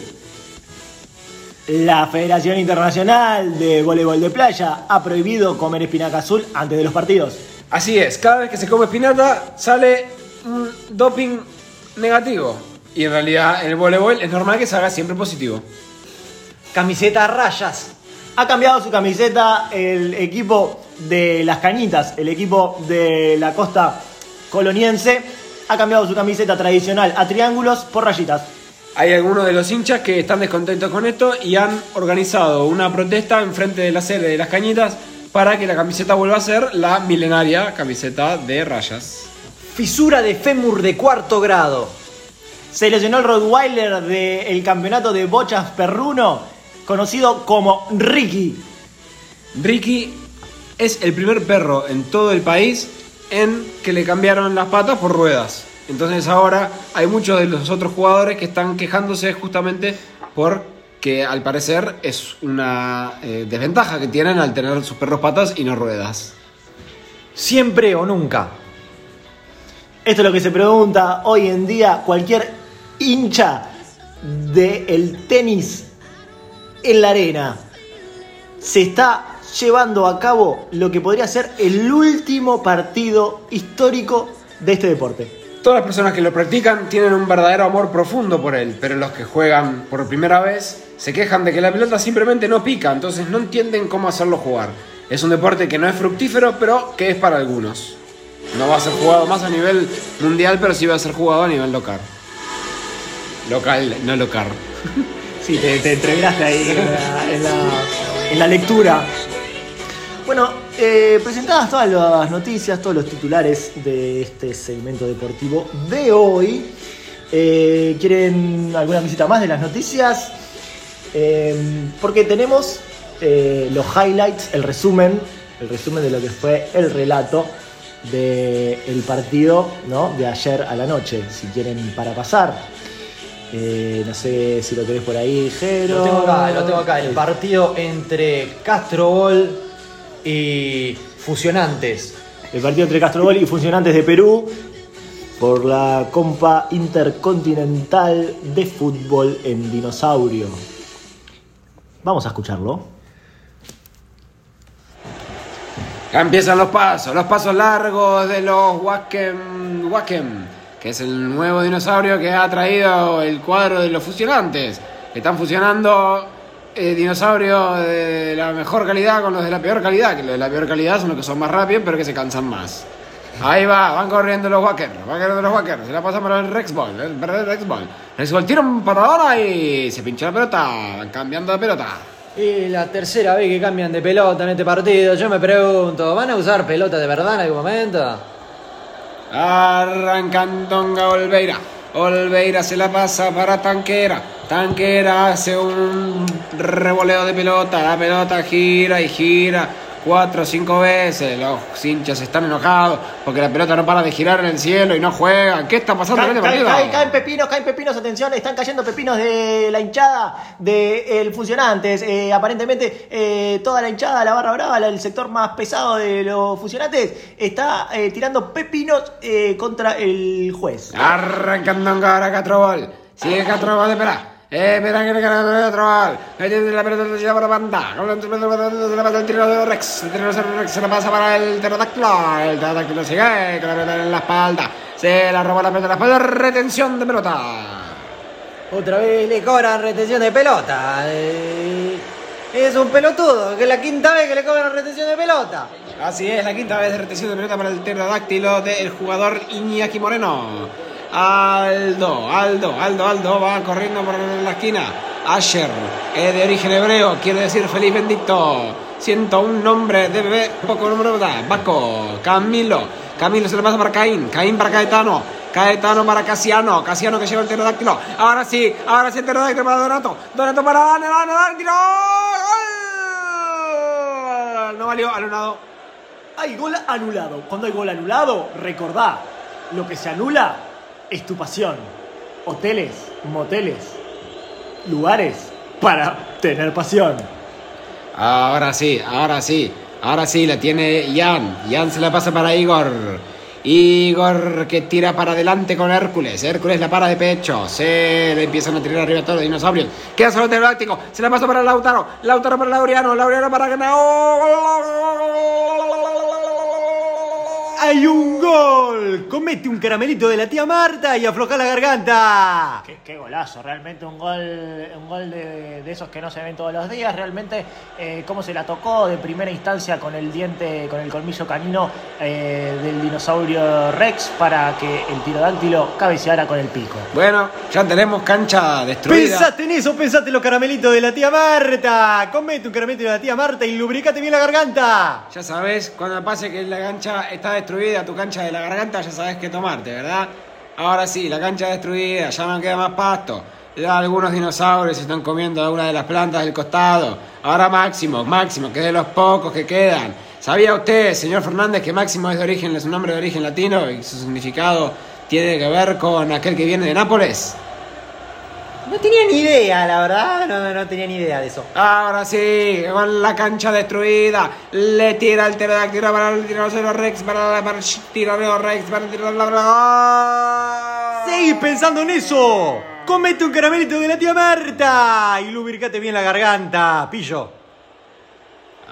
[SPEAKER 3] La Federación Internacional de Voleibol de Playa ha prohibido comer espinaca azul antes de los partidos.
[SPEAKER 2] Así es, cada vez que se come espinata sale un doping negativo. Y en realidad en el voleibol es normal que salga siempre positivo.
[SPEAKER 4] Camiseta a rayas.
[SPEAKER 3] Ha cambiado su camiseta el equipo de las cañitas, el equipo de la costa coloniense. Ha cambiado su camiseta tradicional a triángulos por rayitas.
[SPEAKER 2] Hay algunos de los hinchas que están descontentos con esto y han organizado una protesta enfrente de la sede de las cañitas para que la camiseta vuelva a ser la milenaria camiseta de rayas.
[SPEAKER 4] Fisura de fémur de cuarto grado.
[SPEAKER 3] Se lesionó el Rottweiler del campeonato de bochas perruno, conocido como Ricky.
[SPEAKER 2] Ricky es el primer perro en todo el país en que le cambiaron las patas por ruedas. Entonces ahora hay muchos de los otros jugadores que están quejándose justamente porque al parecer es una eh, desventaja que tienen al tener sus perros patas y no ruedas.
[SPEAKER 4] Siempre o nunca.
[SPEAKER 3] Esto es lo que se pregunta hoy en día cualquier hincha del tenis en la arena. Se está llevando a cabo lo que podría ser el último partido histórico de este deporte.
[SPEAKER 2] Todas las personas que lo practican tienen un verdadero amor profundo por él, pero los que juegan por primera vez se quejan de que la pelota simplemente no pica, entonces no entienden cómo hacerlo jugar. Es un deporte que no es fructífero, pero que es para algunos. No va a ser jugado más a nivel mundial, pero sí va a ser jugado a nivel local. Local, no local.
[SPEAKER 3] Sí, te, te entreveraste ahí en la, en la- en la lectura. Bueno, eh, presentadas todas las noticias, todos los titulares de este segmento deportivo de hoy. Eh, ¿Quieren alguna visita más de las noticias? Eh, porque tenemos eh, los highlights, el resumen, el resumen de lo que fue el relato del partido ¿no? de ayer a la noche, si quieren para pasar. Eh, no sé si lo tenés por ahí, Jero.
[SPEAKER 4] Lo tengo acá, lo tengo acá. El
[SPEAKER 3] Ahí.
[SPEAKER 4] partido entre Castro Gol y Fusionantes.
[SPEAKER 3] El partido entre Castrobol y funcionantes de Perú por la Compa Intercontinental de Fútbol en Dinosaurio. Vamos a escucharlo.
[SPEAKER 2] Ya empiezan los pasos, los pasos largos de los Wakem Wakem, que es el nuevo dinosaurio que ha traído el cuadro de los fusionantes. que Están fusionando eh, dinosaurios de la mejor calidad con los de la peor calidad, que los de la peor calidad son los que son más rápidos pero que se cansan más. Ahí va, van corriendo los Wacker, van corriendo los Wacker, se la pasan para el Rexball, el para el Rexball. Rexball tira un parador y se pincha la pelota, van cambiando la pelota.
[SPEAKER 4] Y la tercera vez que cambian de pelota en este partido, yo me pregunto, ¿van a usar pelota de verdad en algún momento?
[SPEAKER 2] Arrancan Donga Olveira. Olveira se la pasa para Tanquera. Tanquera hace un revoleo de pelota. La pelota gira y gira cuatro o cinco veces. Los hinchas están enojados porque la pelota no para de girar en el cielo y no juegan. ¿Qué está pasando en
[SPEAKER 3] Caen,
[SPEAKER 2] este
[SPEAKER 3] caen,
[SPEAKER 2] partido?
[SPEAKER 3] caen, caen pepinos, caen pepinos, atención, están cayendo pepinos de la hinchada del Funcionantes. Eh, aparentemente, eh, toda la hinchada, la barra brava, la- el sector más pesado de los Funcionantes, está eh, tirando pepinos eh, contra el juez.
[SPEAKER 2] Arrancando ahora Catrobol. Sigue Catrobol, espera. Eh, espera que le gana Catrobol. Ahí tiene la pelota la lleva para banda. Con la- Se la pasa el tiro de Rex. El tiro de Rex se la pasa para el pterodáctilo. El pterodáctilo sigue con la pelota en la espalda. Se la robó la pelota en la espalda. Retención de pelota.
[SPEAKER 4] Otra vez le cobran retención de pelota. Eh, Es un pelotudo, que es la quinta vez que le cobran retención de pelota.
[SPEAKER 2] Así es, la quinta vez de retención de pelota para el pterodáctilo del jugador Iñaki Moreno. Aldo, Aldo, Aldo, Aldo va corriendo por la esquina. Asher es de origen hebreo, quiere decir feliz bendito. Siento un nombre de bebé, poco nombre de verdad. Baco, Camilo, Camilo se le pasa para Caín, Caín para Caetano, Caetano para Casiano, Casiano que lleva el pterodáctilo. Ahora sí, ahora sí el pterodáctilo para Donato, Donato para Dane, Dane, Dane, tiró. ¡Gol! No valió, anulado.
[SPEAKER 3] Hay gol anulado. Cuando hay gol anulado, recordá, lo que se anula es tu pasión. Hoteles, moteles, lugares para tener pasión.
[SPEAKER 2] Ahora sí, ahora sí. Ahora sí, la tiene Jan. Jan se la pasa para Igor. Igor que tira para adelante con Hércules. Hércules la para de pecho. Se le empiezan a tirar arriba todos los dinosaurios. Queda solo Teodáctico. Se la pasa para Lautaro. Lautaro para Laureano. Laureano para Ganao.
[SPEAKER 4] ¡Hay un gol! Comete un caramelito de la tía Marta y afloja la garganta.
[SPEAKER 10] Qué, qué golazo, realmente un gol, un gol de, de esos que no se ven todos los días. Realmente, eh, cómo se la tocó de primera instancia con el diente, con el colmillo canino eh, del dinosaurio Rex para que el tirodáctilo cabeceara con el pico.
[SPEAKER 2] Bueno, ya tenemos cancha destruida.
[SPEAKER 4] Pensate en eso, pensate en los caramelitos de la tía Marta. Comete un caramelito de la tía Marta y lubricate bien la garganta.
[SPEAKER 2] Ya sabes, cuando pase que la cancha está destruida, tu cancha de la garganta, ya sabes qué tomarte, ¿verdad? Ahora sí, la cancha destruida, ya no queda más pasto. Ya algunos dinosaurios están comiendo alguna de las plantas del costado. Ahora Máximo, Máximo, que es de los pocos que quedan. ¿Sabía usted, señor Fernández, que Máximo es de origen, es un nombre de origen latino y su significado tiene que ver con aquel que viene de Nápoles?
[SPEAKER 4] No tenía ni idea, la verdad. No, no tenía ni idea de eso.
[SPEAKER 2] Ahora sí, con la cancha destruida, le tira el pterodáctilo para el tiranosaurio Rex, para el tiranosaurio Rex, para el tiranosaurio
[SPEAKER 4] Seguí pensando en eso. Comete un caramelito de la tía Marta y lubricate bien la garganta, pillo.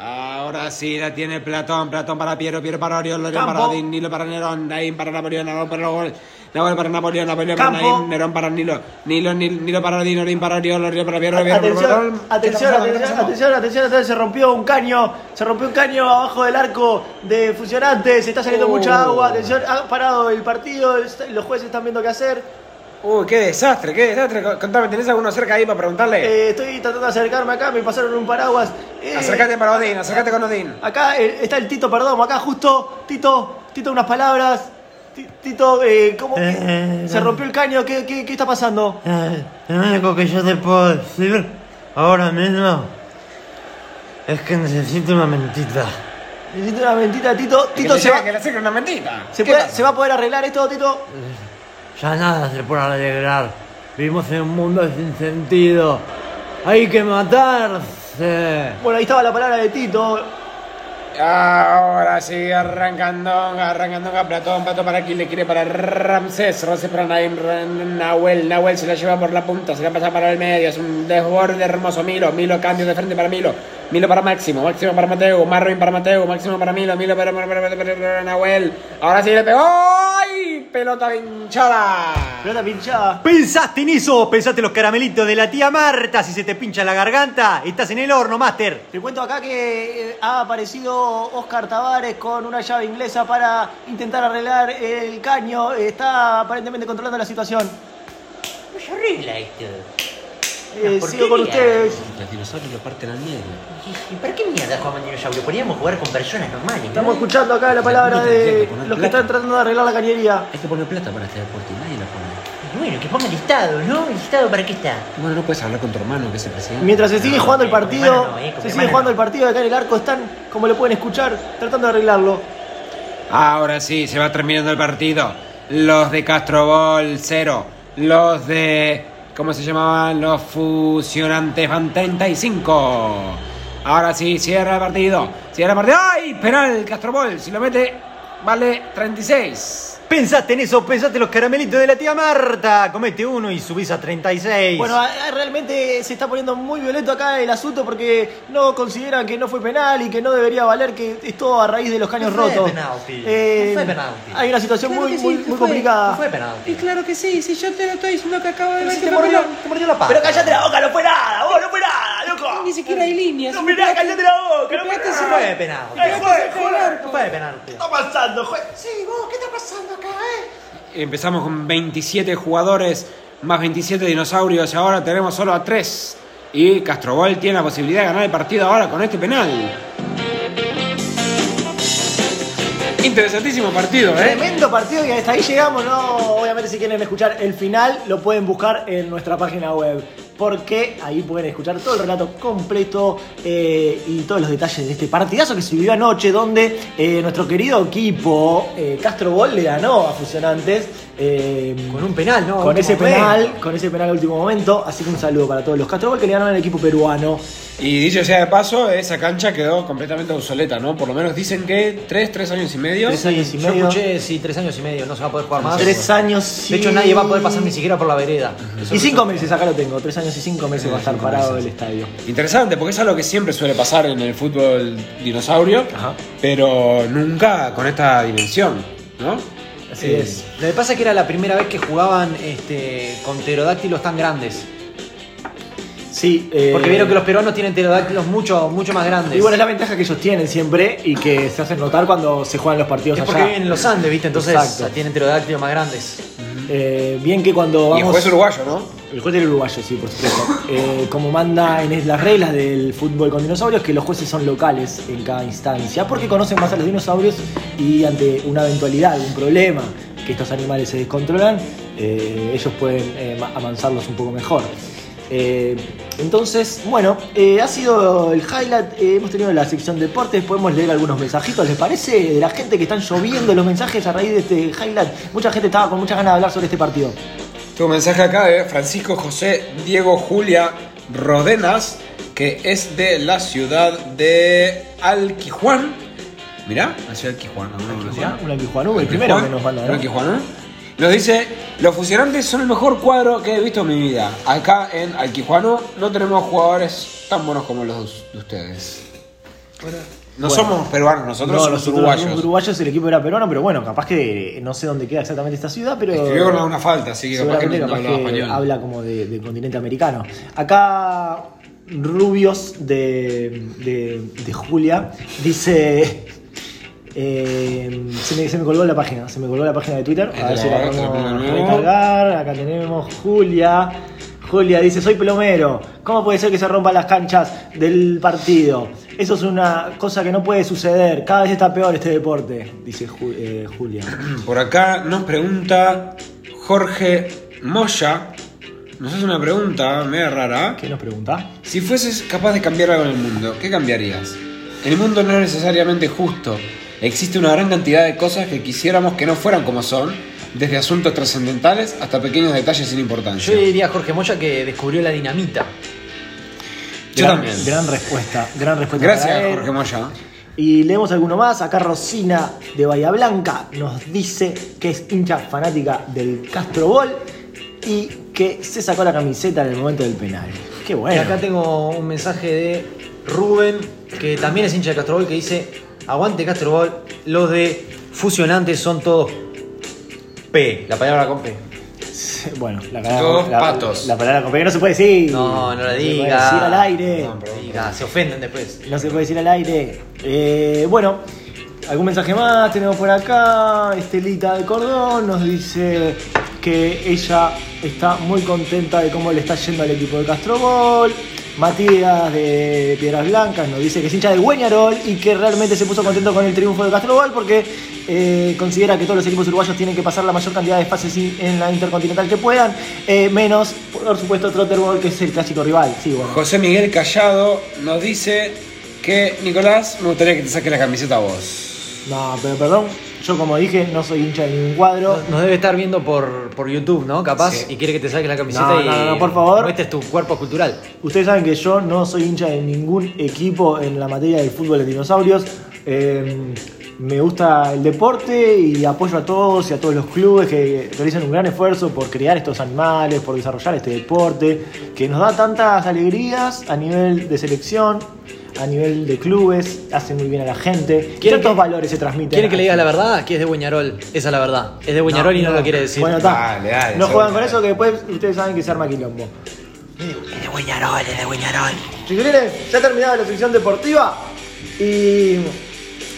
[SPEAKER 2] Ahora sí la tiene Platón, Platón para Piero, Piero para Oriol, Oriol para
[SPEAKER 4] Campo.
[SPEAKER 2] Odín, Nilo para Nerón, Naín para Napoleón, Napoleón para Napoleón, Napoleón para Napoleón, Napoleón para
[SPEAKER 4] Campo.
[SPEAKER 2] Naín, Nerón para Nilo, Nilo, Nilo, Nilo para Odín, Odín para Oriol, Oriol para Piero, Piero para Oriol.
[SPEAKER 3] Atención, atención, atención, atención, atención, atención, se rompió un caño, se rompió un caño abajo del arco de fusionantes, se está saliendo mucha agua, atención, ha parado el partido, está- los jueces están viendo qué hacer,
[SPEAKER 2] Uy, qué desastre, qué desastre. Contame, ¿tenés alguno cerca ahí para preguntarle?
[SPEAKER 3] Eh, estoy tratando de acercarme acá, me pasaron un paraguas. Eh,
[SPEAKER 2] Acércate para Odín, acércate con Odín.
[SPEAKER 3] Acá eh, está el Tito Perdomo, acá justo, Tito, Tito, unas palabras. Ti- Tito, eh, ¿cómo?
[SPEAKER 11] Eh,
[SPEAKER 3] se rompió el caño, ¿qué, qué, qué está pasando?
[SPEAKER 11] Eh, Lo único que yo te puedo decir ahora mismo es que necesito una mentita.
[SPEAKER 3] Necesito una mentita, Tito.
[SPEAKER 2] Que
[SPEAKER 3] Tito,
[SPEAKER 2] le
[SPEAKER 3] se
[SPEAKER 2] lleve-
[SPEAKER 3] va,
[SPEAKER 2] que le acerque una mentita.
[SPEAKER 3] se,
[SPEAKER 2] ¿Qué
[SPEAKER 3] puede-
[SPEAKER 2] pasa?
[SPEAKER 3] ¿se va a poder arreglar esto, Tito?
[SPEAKER 11] Ya nada se puede alegrar. Vivimos en un mundo sin sentido. Hay que matarse.
[SPEAKER 3] Bueno, ahí estaba la palabra de Tito.
[SPEAKER 2] Ahora sí, arrancando, arrancando a Platón, Pato para aquí, le quiere para Ramsés, Ramsés para Naim, Ran- Nahuel, Nahuel se la lleva por la punta, se la pasa para el medio, es un desborde hermoso, Milo, Milo cambio de frente para Milo, Milo para Máximo, Máximo para Mateo, Marvin para Mateo, Máximo para Milo, Milo para, para- para- para- para Nahuel, ahora sí le pegó, ¡ay! pelota pinchada.
[SPEAKER 3] Pelota pinchada.
[SPEAKER 4] Pensaste en eso, pensaste en los caramelitos de la tía Marta. Si se te pincha la garganta, estás en el horno, Master.
[SPEAKER 3] Te cuento acá que eh, ha aparecido Oscar Tavares con una llave inglesa para intentar arreglar el caño. Está aparentemente controlando la situación.
[SPEAKER 8] Es horrible esto.
[SPEAKER 3] Eh, sigo con ustedes.
[SPEAKER 8] Los dinosaurios lo parten al medio.
[SPEAKER 10] ¿Y para qué mierda jugamos dinosaurio? Podríamos jugar con personas normales.
[SPEAKER 3] Estamos escuchando acá la palabra de los que están tratando de arreglar la cañería.
[SPEAKER 8] Hay que poner plata para este deporte y nadie la pone.
[SPEAKER 10] Bueno, que ponga el estado, ¿no? ¿El estado para qué está?
[SPEAKER 8] Bueno, no puedes hablar con tu hermano que es el presidente.
[SPEAKER 3] Mientras se sigue jugando el
[SPEAKER 10] con mi
[SPEAKER 3] partido,
[SPEAKER 10] mano no, eh, con
[SPEAKER 3] se
[SPEAKER 10] mi
[SPEAKER 3] sigue
[SPEAKER 10] mano no.
[SPEAKER 3] jugando el partido acá en el arco, están, como lo pueden escuchar, tratando de arreglarlo.
[SPEAKER 2] Ahora sí, se va terminando el partido. Los de Castrobol, cero. Los de. ¿Cómo se llamaban? Los fusionantes van 35. Ahora sí, cierra el partido. Cierra el partido. ¡Ay! Penal, Castrobol. Si lo mete, vale 36.
[SPEAKER 4] Pensaste en eso, pensaste en los caramelitos de la tía Marta. Ah, Comete uno y subís a 36.
[SPEAKER 3] Bueno, a- a- realmente se está poniendo muy violento acá el asunto porque no consideran que no fue penal y que no debería valer, que es todo a raíz de los caños
[SPEAKER 10] No fue
[SPEAKER 3] rotos.
[SPEAKER 10] penalti.
[SPEAKER 3] Eh,
[SPEAKER 10] No fue penalti.
[SPEAKER 3] Hay una situación muy, muy, muy
[SPEAKER 12] Ah,
[SPEAKER 3] complicada.
[SPEAKER 10] penalti.
[SPEAKER 5] Y claro que sí, si yo te lo estoy diciendo que acabo de ver que
[SPEAKER 10] te
[SPEAKER 5] fue
[SPEAKER 10] mordió,
[SPEAKER 5] penal.
[SPEAKER 10] te mordió la pata.
[SPEAKER 3] Pero cállate la boca, no fue nada, vos no fue nada, loco.
[SPEAKER 5] Ni siquiera hay líneas.
[SPEAKER 3] No, mirá, cállate la boca, no fue
[SPEAKER 12] ah,
[SPEAKER 5] Pegaste sin-
[SPEAKER 3] nada.
[SPEAKER 10] Fue penalti.
[SPEAKER 3] Eh, juez, joder,
[SPEAKER 10] No fue penalti.
[SPEAKER 3] ¿Qué está pasando, juez?
[SPEAKER 10] eh?
[SPEAKER 2] Empezamos con 27 jugadores, más 27 dinosaurios. Y ahora tenemos solo a 3. Y Castrobol tiene la posibilidad de ganar el partido ahora con este penal. Interesantísimo partido, ¿eh?
[SPEAKER 3] Tremendo partido y hasta ahí llegamos, ¿no? Obviamente si quieren escuchar el final lo pueden buscar en nuestra página web. porque ahí pueden escuchar todo el relato completo eh, y todos los detalles de este partidazo que se vivió anoche, donde eh, nuestro querido equipo eh, Castro Ball le ganó a Fusionantes. con
[SPEAKER 4] un penal, ¿no?
[SPEAKER 3] Con
[SPEAKER 4] Último
[SPEAKER 3] ese
[SPEAKER 4] momento.
[SPEAKER 3] penal, con ese penal al último momento. Así que un saludo para todos los Castro Ball que le ganaron al equipo peruano.
[SPEAKER 2] Y dicho sea de paso, esa cancha quedó completamente obsoleta, ¿no? Por lo menos dicen que tres, tres años y medio.
[SPEAKER 4] Tres años y medio. Yo escuché, sí, tres años y medio, no se va a poder jugar más.
[SPEAKER 3] Tres años
[SPEAKER 4] De hecho,
[SPEAKER 3] y-
[SPEAKER 4] nadie va a poder pasar ni siquiera por la vereda. Eso
[SPEAKER 3] Y
[SPEAKER 4] es
[SPEAKER 3] cinco meses, acá lo tengo. Tres años y cinco meses va a estar
[SPEAKER 2] cinco
[SPEAKER 3] parado
[SPEAKER 2] meses.
[SPEAKER 3] el estadio.
[SPEAKER 2] Interesante, porque es algo que siempre suele pasar en el fútbol dinosaurio, pero nunca con esta dimensión, ¿no?
[SPEAKER 4] Así
[SPEAKER 2] Eh,
[SPEAKER 4] es. Lo que pasa es que era la primera vez que jugaban este, con pterodáctilos tan grandes.
[SPEAKER 3] Sí, eh,
[SPEAKER 4] Porque vieron que los peruanos tienen pterodáctilos mucho, mucho más grandes.
[SPEAKER 3] Y bueno, es la ventaja que ellos tienen siempre y que se hacen notar cuando se juegan los partidos
[SPEAKER 4] Es
[SPEAKER 3] allá.
[SPEAKER 4] porque viven en los Andes, ¿viste? Entonces
[SPEAKER 3] Exacto.
[SPEAKER 4] tienen pterodáctilos más grandes.
[SPEAKER 3] Eh, bien que cuando
[SPEAKER 4] Y
[SPEAKER 3] vamos...
[SPEAKER 4] el juez uruguayo,
[SPEAKER 2] ¿no?
[SPEAKER 3] El juez del uruguayo, sí, por supuesto. Eh, como manda en las reglas del fútbol con dinosaurios, que los jueces son locales en cada instancia, porque conocen más a los dinosaurios y ante una eventualidad, un problema, que estos animales se descontrolan, eh, ellos pueden eh, ma- amansarlos un poco mejor. Eh, entonces, bueno, eh, ha sido el highlight. eh, hemos tenido la sección deportes. Podemos leer algunos mensajitos, ¿les parece? De la gente que están lloviendo los mensajes a raíz de este highlight. Mucha gente estaba con muchas ganas de hablar sobre este partido.
[SPEAKER 2] Tengo un mensaje acá de Francisco José Diego Julia Rodenas, que es de la ciudad de Alquijuán. Mirá, la ciudad de Alquijuán, ¿alguno conocía?
[SPEAKER 3] Un Alquijuanú, el primero que nos manda, ¿no?
[SPEAKER 2] Un Alquijuanú. Nos dice, los fusionantes son el mejor cuadro que he visto en mi vida. Acá en Alquijuano no tenemos jugadores tan buenos como los de ustedes. No
[SPEAKER 3] Bueno.
[SPEAKER 2] somos peruanos, nosotros
[SPEAKER 3] No,
[SPEAKER 2] somos
[SPEAKER 3] nosotros
[SPEAKER 2] uruguayos.
[SPEAKER 3] somos uruguayos, el equipo era peruano, pero bueno, capaz que no sé dónde queda exactamente esta ciudad, pero.
[SPEAKER 2] Escribió con una falta, así que capaz que no-
[SPEAKER 3] seguramente
[SPEAKER 2] no
[SPEAKER 3] capaz
[SPEAKER 2] hablaba
[SPEAKER 3] que
[SPEAKER 2] español.
[SPEAKER 3] habla como de- del continente americano. Acá Rubios de, de, de Julia dice. eh, se, me, se me colgó la página, se me colgó la página de Twitter. A ver si la podemos recargar. Acá tenemos Julia. Julia dice, soy plomero. ¿Cómo puede ser que se rompan las canchas del partido? Eso es una cosa que no puede suceder. Cada vez está peor este deporte, dice Ju- eh, Julia.
[SPEAKER 2] Por acá nos pregunta Jorge Moya. Nos hace una pregunta media rara.
[SPEAKER 3] ¿Qué nos pregunta?
[SPEAKER 2] Si fueses capaz de cambiar algo en el mundo, ¿qué cambiarías? El mundo no es necesariamente justo. Existe una gran cantidad de cosas que quisiéramos que no fueran como son, desde asuntos trascendentales hasta pequeños detalles sin
[SPEAKER 4] Yo
[SPEAKER 2] importancia.
[SPEAKER 4] diría a Jorge Moya que descubrió la dinamita.
[SPEAKER 2] Yo
[SPEAKER 3] gran,
[SPEAKER 2] también.
[SPEAKER 3] gran respuesta, gran respuesta. para
[SPEAKER 2] Gracias,
[SPEAKER 3] él.
[SPEAKER 2] Jorge Moya.
[SPEAKER 3] Y leemos alguno más. Acá Rosina de Bahía Blanca nos dice que es hincha fanática del Castro Ball y que se sacó la camiseta en el momento del penal. Qué
[SPEAKER 4] Y
[SPEAKER 3] bueno.
[SPEAKER 4] acá tengo un mensaje de Rubén, que también es hincha de Castrobol, que dice, aguante Castrobol, los de fusionantes son todos P, la palabra con P.
[SPEAKER 3] Bueno, la
[SPEAKER 4] Todos
[SPEAKER 3] la-
[SPEAKER 4] patos.
[SPEAKER 3] La palabra compañero no se puede decir.
[SPEAKER 4] No, no la
[SPEAKER 3] Se puede
[SPEAKER 4] diga.
[SPEAKER 3] decir al aire.
[SPEAKER 4] No, pero- Diga, se ofenden después.
[SPEAKER 3] No se puede decir al aire. Eh, bueno, algún mensaje más tenemos por acá. Estelita de Cordón nos dice que ella está muy contenta de cómo le está yendo al equipo de Castrobol. Matías de Piedras Blancas nos dice que es hincha de Güeñarol y que realmente se puso contento con el triunfo de Castrobol porque eh, considera que todos los equipos uruguayos tienen que pasar la mayor cantidad de fases in- en la Intercontinental que puedan, eh, menos, por supuesto, Trotterball, que es el clásico rival. Sí, bueno.
[SPEAKER 2] José Miguel Callado nos dice que, Nicolás, me gustaría que te saques la camiseta vos.
[SPEAKER 3] No, pero perdón, yo como dije, no soy hincha de ningún cuadro.
[SPEAKER 4] Nos debe estar viendo por, por YouTube, ¿no? Capaz,
[SPEAKER 3] Sí.
[SPEAKER 4] y quiere que te saques la camiseta
[SPEAKER 3] No,
[SPEAKER 4] y
[SPEAKER 3] no, no, por favor.
[SPEAKER 4] muestres tu cuerpo cultural.
[SPEAKER 3] Ustedes saben que yo no soy hincha de ningún equipo en la materia del fútbol de dinosaurios. Eh, me gusta el deporte y apoyo a todos y a todos los clubes que realizan un gran esfuerzo por crear estos animales, por desarrollar este deporte, que nos da tantas alegrías a nivel de selección, a nivel de clubes, hace muy bien a la gente. ¿Qué
[SPEAKER 4] ¿Quieren
[SPEAKER 3] tantos
[SPEAKER 4] que-
[SPEAKER 3] valores se transmiten?
[SPEAKER 4] ¿Quiere que le diga la verdad? Que es de Buñarol. Esa es la verdad. Es de Buñarol y no, lo quiere decir.
[SPEAKER 3] Bueno, está. no juegan con eso que después ustedes saben que se arma quilombo.
[SPEAKER 4] Es de Buñarol, es de Buñarol.
[SPEAKER 3] Chiquilines, ya ha terminado la sección deportiva y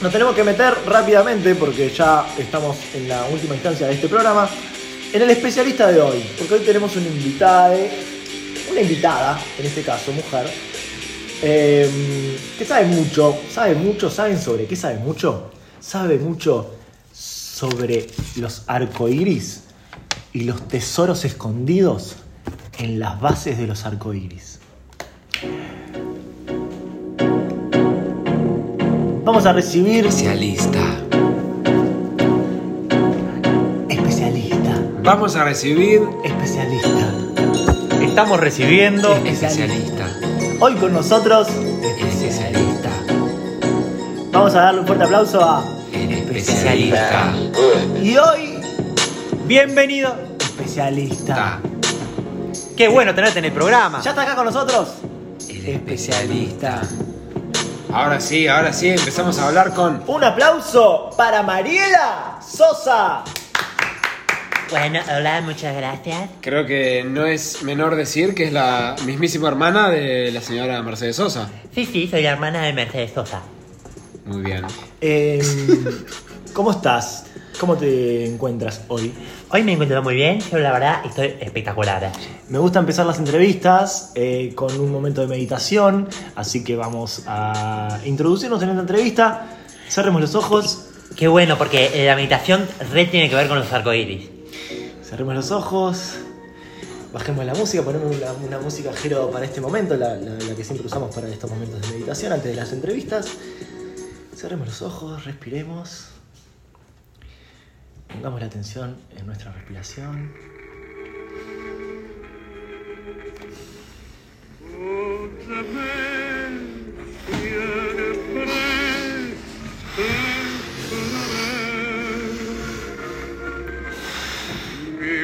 [SPEAKER 3] nos tenemos que meter rápidamente porque ya estamos en la última instancia de este programa en el especialista de hoy, porque hoy tenemos un invitado, una invitada, en este caso mujer, eh, que sabe mucho, sabe mucho, ¿saben sobre qué sabe mucho? Sabe mucho sobre los arcoíris y los tesoros escondidos en las bases de los arcoíris. Vamos a recibir.
[SPEAKER 8] Especialista.
[SPEAKER 3] Especialista.
[SPEAKER 2] Vamos a recibir.
[SPEAKER 3] Especialista.
[SPEAKER 4] Estamos recibiendo.
[SPEAKER 8] Especialista.
[SPEAKER 3] Hoy con nosotros.
[SPEAKER 8] Especialista.
[SPEAKER 3] Vamos a darle un fuerte aplauso a.
[SPEAKER 8] Especialista.
[SPEAKER 3] Y hoy.
[SPEAKER 4] Bienvenido.
[SPEAKER 3] Especialista.
[SPEAKER 4] Qué bueno tenerte en el programa.
[SPEAKER 3] Ah. ¿Ya está acá con nosotros?
[SPEAKER 2] Especialista. Ahora sí, ahora sí, empezamos a hablar con.
[SPEAKER 3] Un aplauso para Mariela Sosa.
[SPEAKER 12] Bueno, hola, muchas gracias.
[SPEAKER 2] Creo que no es menor decir que es la mismísima hermana de la señora Mercedes Sosa.
[SPEAKER 12] Sí, sí, soy la hermana de Mercedes Sosa.
[SPEAKER 2] Muy bien.
[SPEAKER 3] Eh, ¿Cómo estás? ¿Cómo te encuentras hoy?
[SPEAKER 12] Hoy me encuentro muy bien, yo la verdad estoy espectacular.
[SPEAKER 3] Me gusta empezar las entrevistas eh, con un momento de meditación, así que vamos a introducirnos en esta entrevista. Cerremos los ojos,
[SPEAKER 12] Qué bueno, porque eh, la meditación re tiene que ver con los arcoíris.
[SPEAKER 3] cerremos los ojos, bajemos la música, ponemos una, una música giro para este momento, la, la- la que siempre usamos para estos momentos de meditación antes de las entrevistas. Cerremos los ojos, respiremos. Pongamos la atención en nuestra respiración.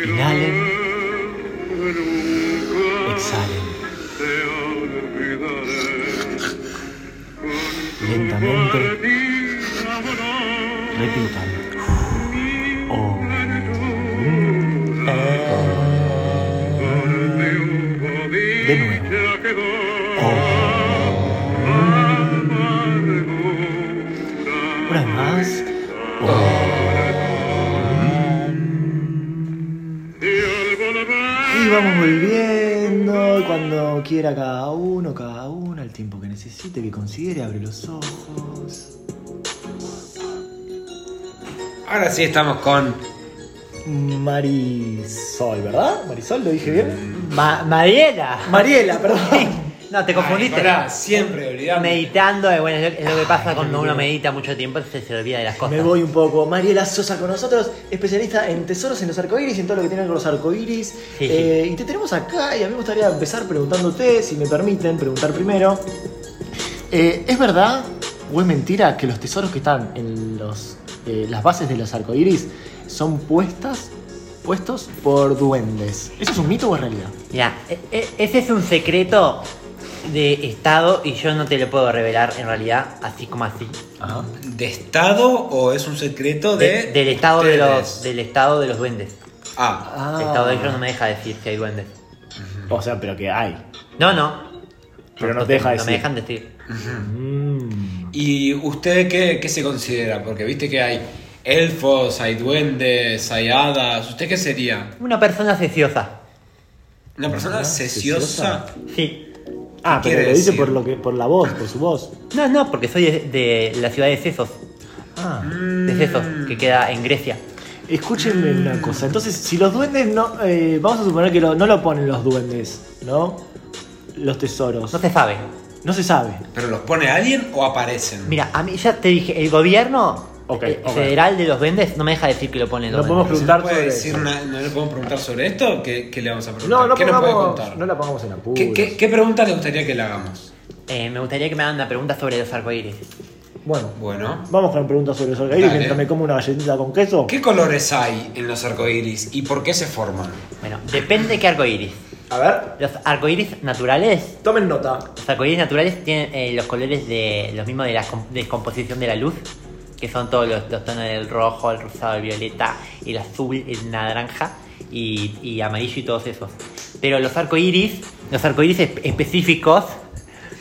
[SPEAKER 3] Inhalen. Exhalen. Lentamente. Repitan. Om. Om. De nuevo. Om. Una vez más. Y vamos volviendo cuando quiera cada uno, cada uno, al tiempo que necesite, que considere, abre los ojos.
[SPEAKER 2] Ahora sí estamos con.
[SPEAKER 3] Marisol, ¿verdad? Marisol, ¿lo dije bien?
[SPEAKER 4] Ma- Mariela.
[SPEAKER 3] Mariela, perdón.
[SPEAKER 4] No, te confundiste.
[SPEAKER 2] Pará, siempre olvidamos.
[SPEAKER 12] Meditando, eh, bueno, es lo, es lo que pasa cuando uno medita mucho tiempo, se, se olvida de las cosas.
[SPEAKER 3] Me voy un poco. Mariela Sosa con nosotros, especialista en tesoros en los arcoíris y en todo lo que tiene que ver con los arcoíris.
[SPEAKER 12] Sí, sí.
[SPEAKER 3] Eh, y te tenemos acá y a mí me gustaría empezar preguntándote, si me permiten, preguntar primero. Eh, ¿Es verdad o es mentira que los tesoros que están en los, eh, las bases de los arcoíris son puestas, puestos por duendes? ¿Eso es un mito o es realidad?
[SPEAKER 12] Mira, e- e- ese es un secreto de Estado y yo no te lo puedo revelar en realidad, así como así.
[SPEAKER 2] ¿De Estado o es un secreto de.?
[SPEAKER 12] De- del estado de los,
[SPEAKER 2] ustedes?
[SPEAKER 12] del estado de los duendes.
[SPEAKER 2] Ah,
[SPEAKER 12] El estado de ellos no me deja decir que hay duendes.
[SPEAKER 3] O sea, pero que hay.
[SPEAKER 12] No, no.
[SPEAKER 3] Pero no te deja
[SPEAKER 12] No
[SPEAKER 3] decir.
[SPEAKER 12] me dejan decir.
[SPEAKER 2] ¿Y usted qué, qué se considera? Porque viste que hay elfos, hay duendes, hay hadas. ¿Usted qué sería?
[SPEAKER 12] Una persona ceciosa.
[SPEAKER 2] ¿Una persona ceciosa?
[SPEAKER 3] ¿Ceciosa?
[SPEAKER 12] Sí.
[SPEAKER 3] Ah,
[SPEAKER 2] ¿Qué
[SPEAKER 3] pero
[SPEAKER 2] quiere
[SPEAKER 3] lo dice
[SPEAKER 2] decir?
[SPEAKER 3] por, lo que, por la voz, por su voz.
[SPEAKER 12] No, no, porque soy de, de la ciudad de Cesos.
[SPEAKER 3] Ah.
[SPEAKER 12] De Cesos, que queda en Grecia.
[SPEAKER 3] Escúchenme una cosa. Entonces, si los duendes no. eh, vamos a suponer que lo- no lo ponen los duendes, ¿no? Los tesoros.
[SPEAKER 12] No se sabe.
[SPEAKER 3] No se sabe.
[SPEAKER 2] ¿Pero los pone alguien o aparecen?
[SPEAKER 12] Mira, a mí ya te dije, el gobierno
[SPEAKER 3] Ok,
[SPEAKER 12] eh,
[SPEAKER 3] ok.
[SPEAKER 12] federal de los duendes no me deja decir que lo ponen
[SPEAKER 3] No
[SPEAKER 12] los
[SPEAKER 3] podemos
[SPEAKER 12] duendes.
[SPEAKER 3] preguntar
[SPEAKER 2] ¿Puede
[SPEAKER 3] sobre
[SPEAKER 2] decir
[SPEAKER 3] eso.
[SPEAKER 2] una- ¿No le podemos preguntar sobre esto? ¿Qué, qué le vamos a preguntar?
[SPEAKER 3] No, no,
[SPEAKER 2] ¿Qué nos puede
[SPEAKER 3] pongamos,
[SPEAKER 2] contar?
[SPEAKER 3] no la pongamos en apuros.
[SPEAKER 2] ¿Qué, qué, qué pregunta le gustaría que le hagamos?
[SPEAKER 12] Eh, me gustaría que me hagan una pregunta sobre los arcoíris.
[SPEAKER 3] Bueno,
[SPEAKER 2] Bueno.
[SPEAKER 3] vamos con preguntas sobre los arcoíris
[SPEAKER 2] Dale.
[SPEAKER 3] mientras me como una galletita con queso.
[SPEAKER 2] ¿Qué colores hay en los arcoíris y por qué se forman?
[SPEAKER 12] Bueno, depende qué arcoíris.
[SPEAKER 3] A ver,
[SPEAKER 12] Los arcoíris naturales
[SPEAKER 3] tomen nota.
[SPEAKER 12] Los arcoíris naturales tienen eh, los colores de los mismos de la com- descomposición de la luz, que son todos los, los tonos del rojo, el rosado, el violeta, el azul, el naranja y, y amarillo y todos esos. Pero los arcoíris, los arcoíris espe- específicos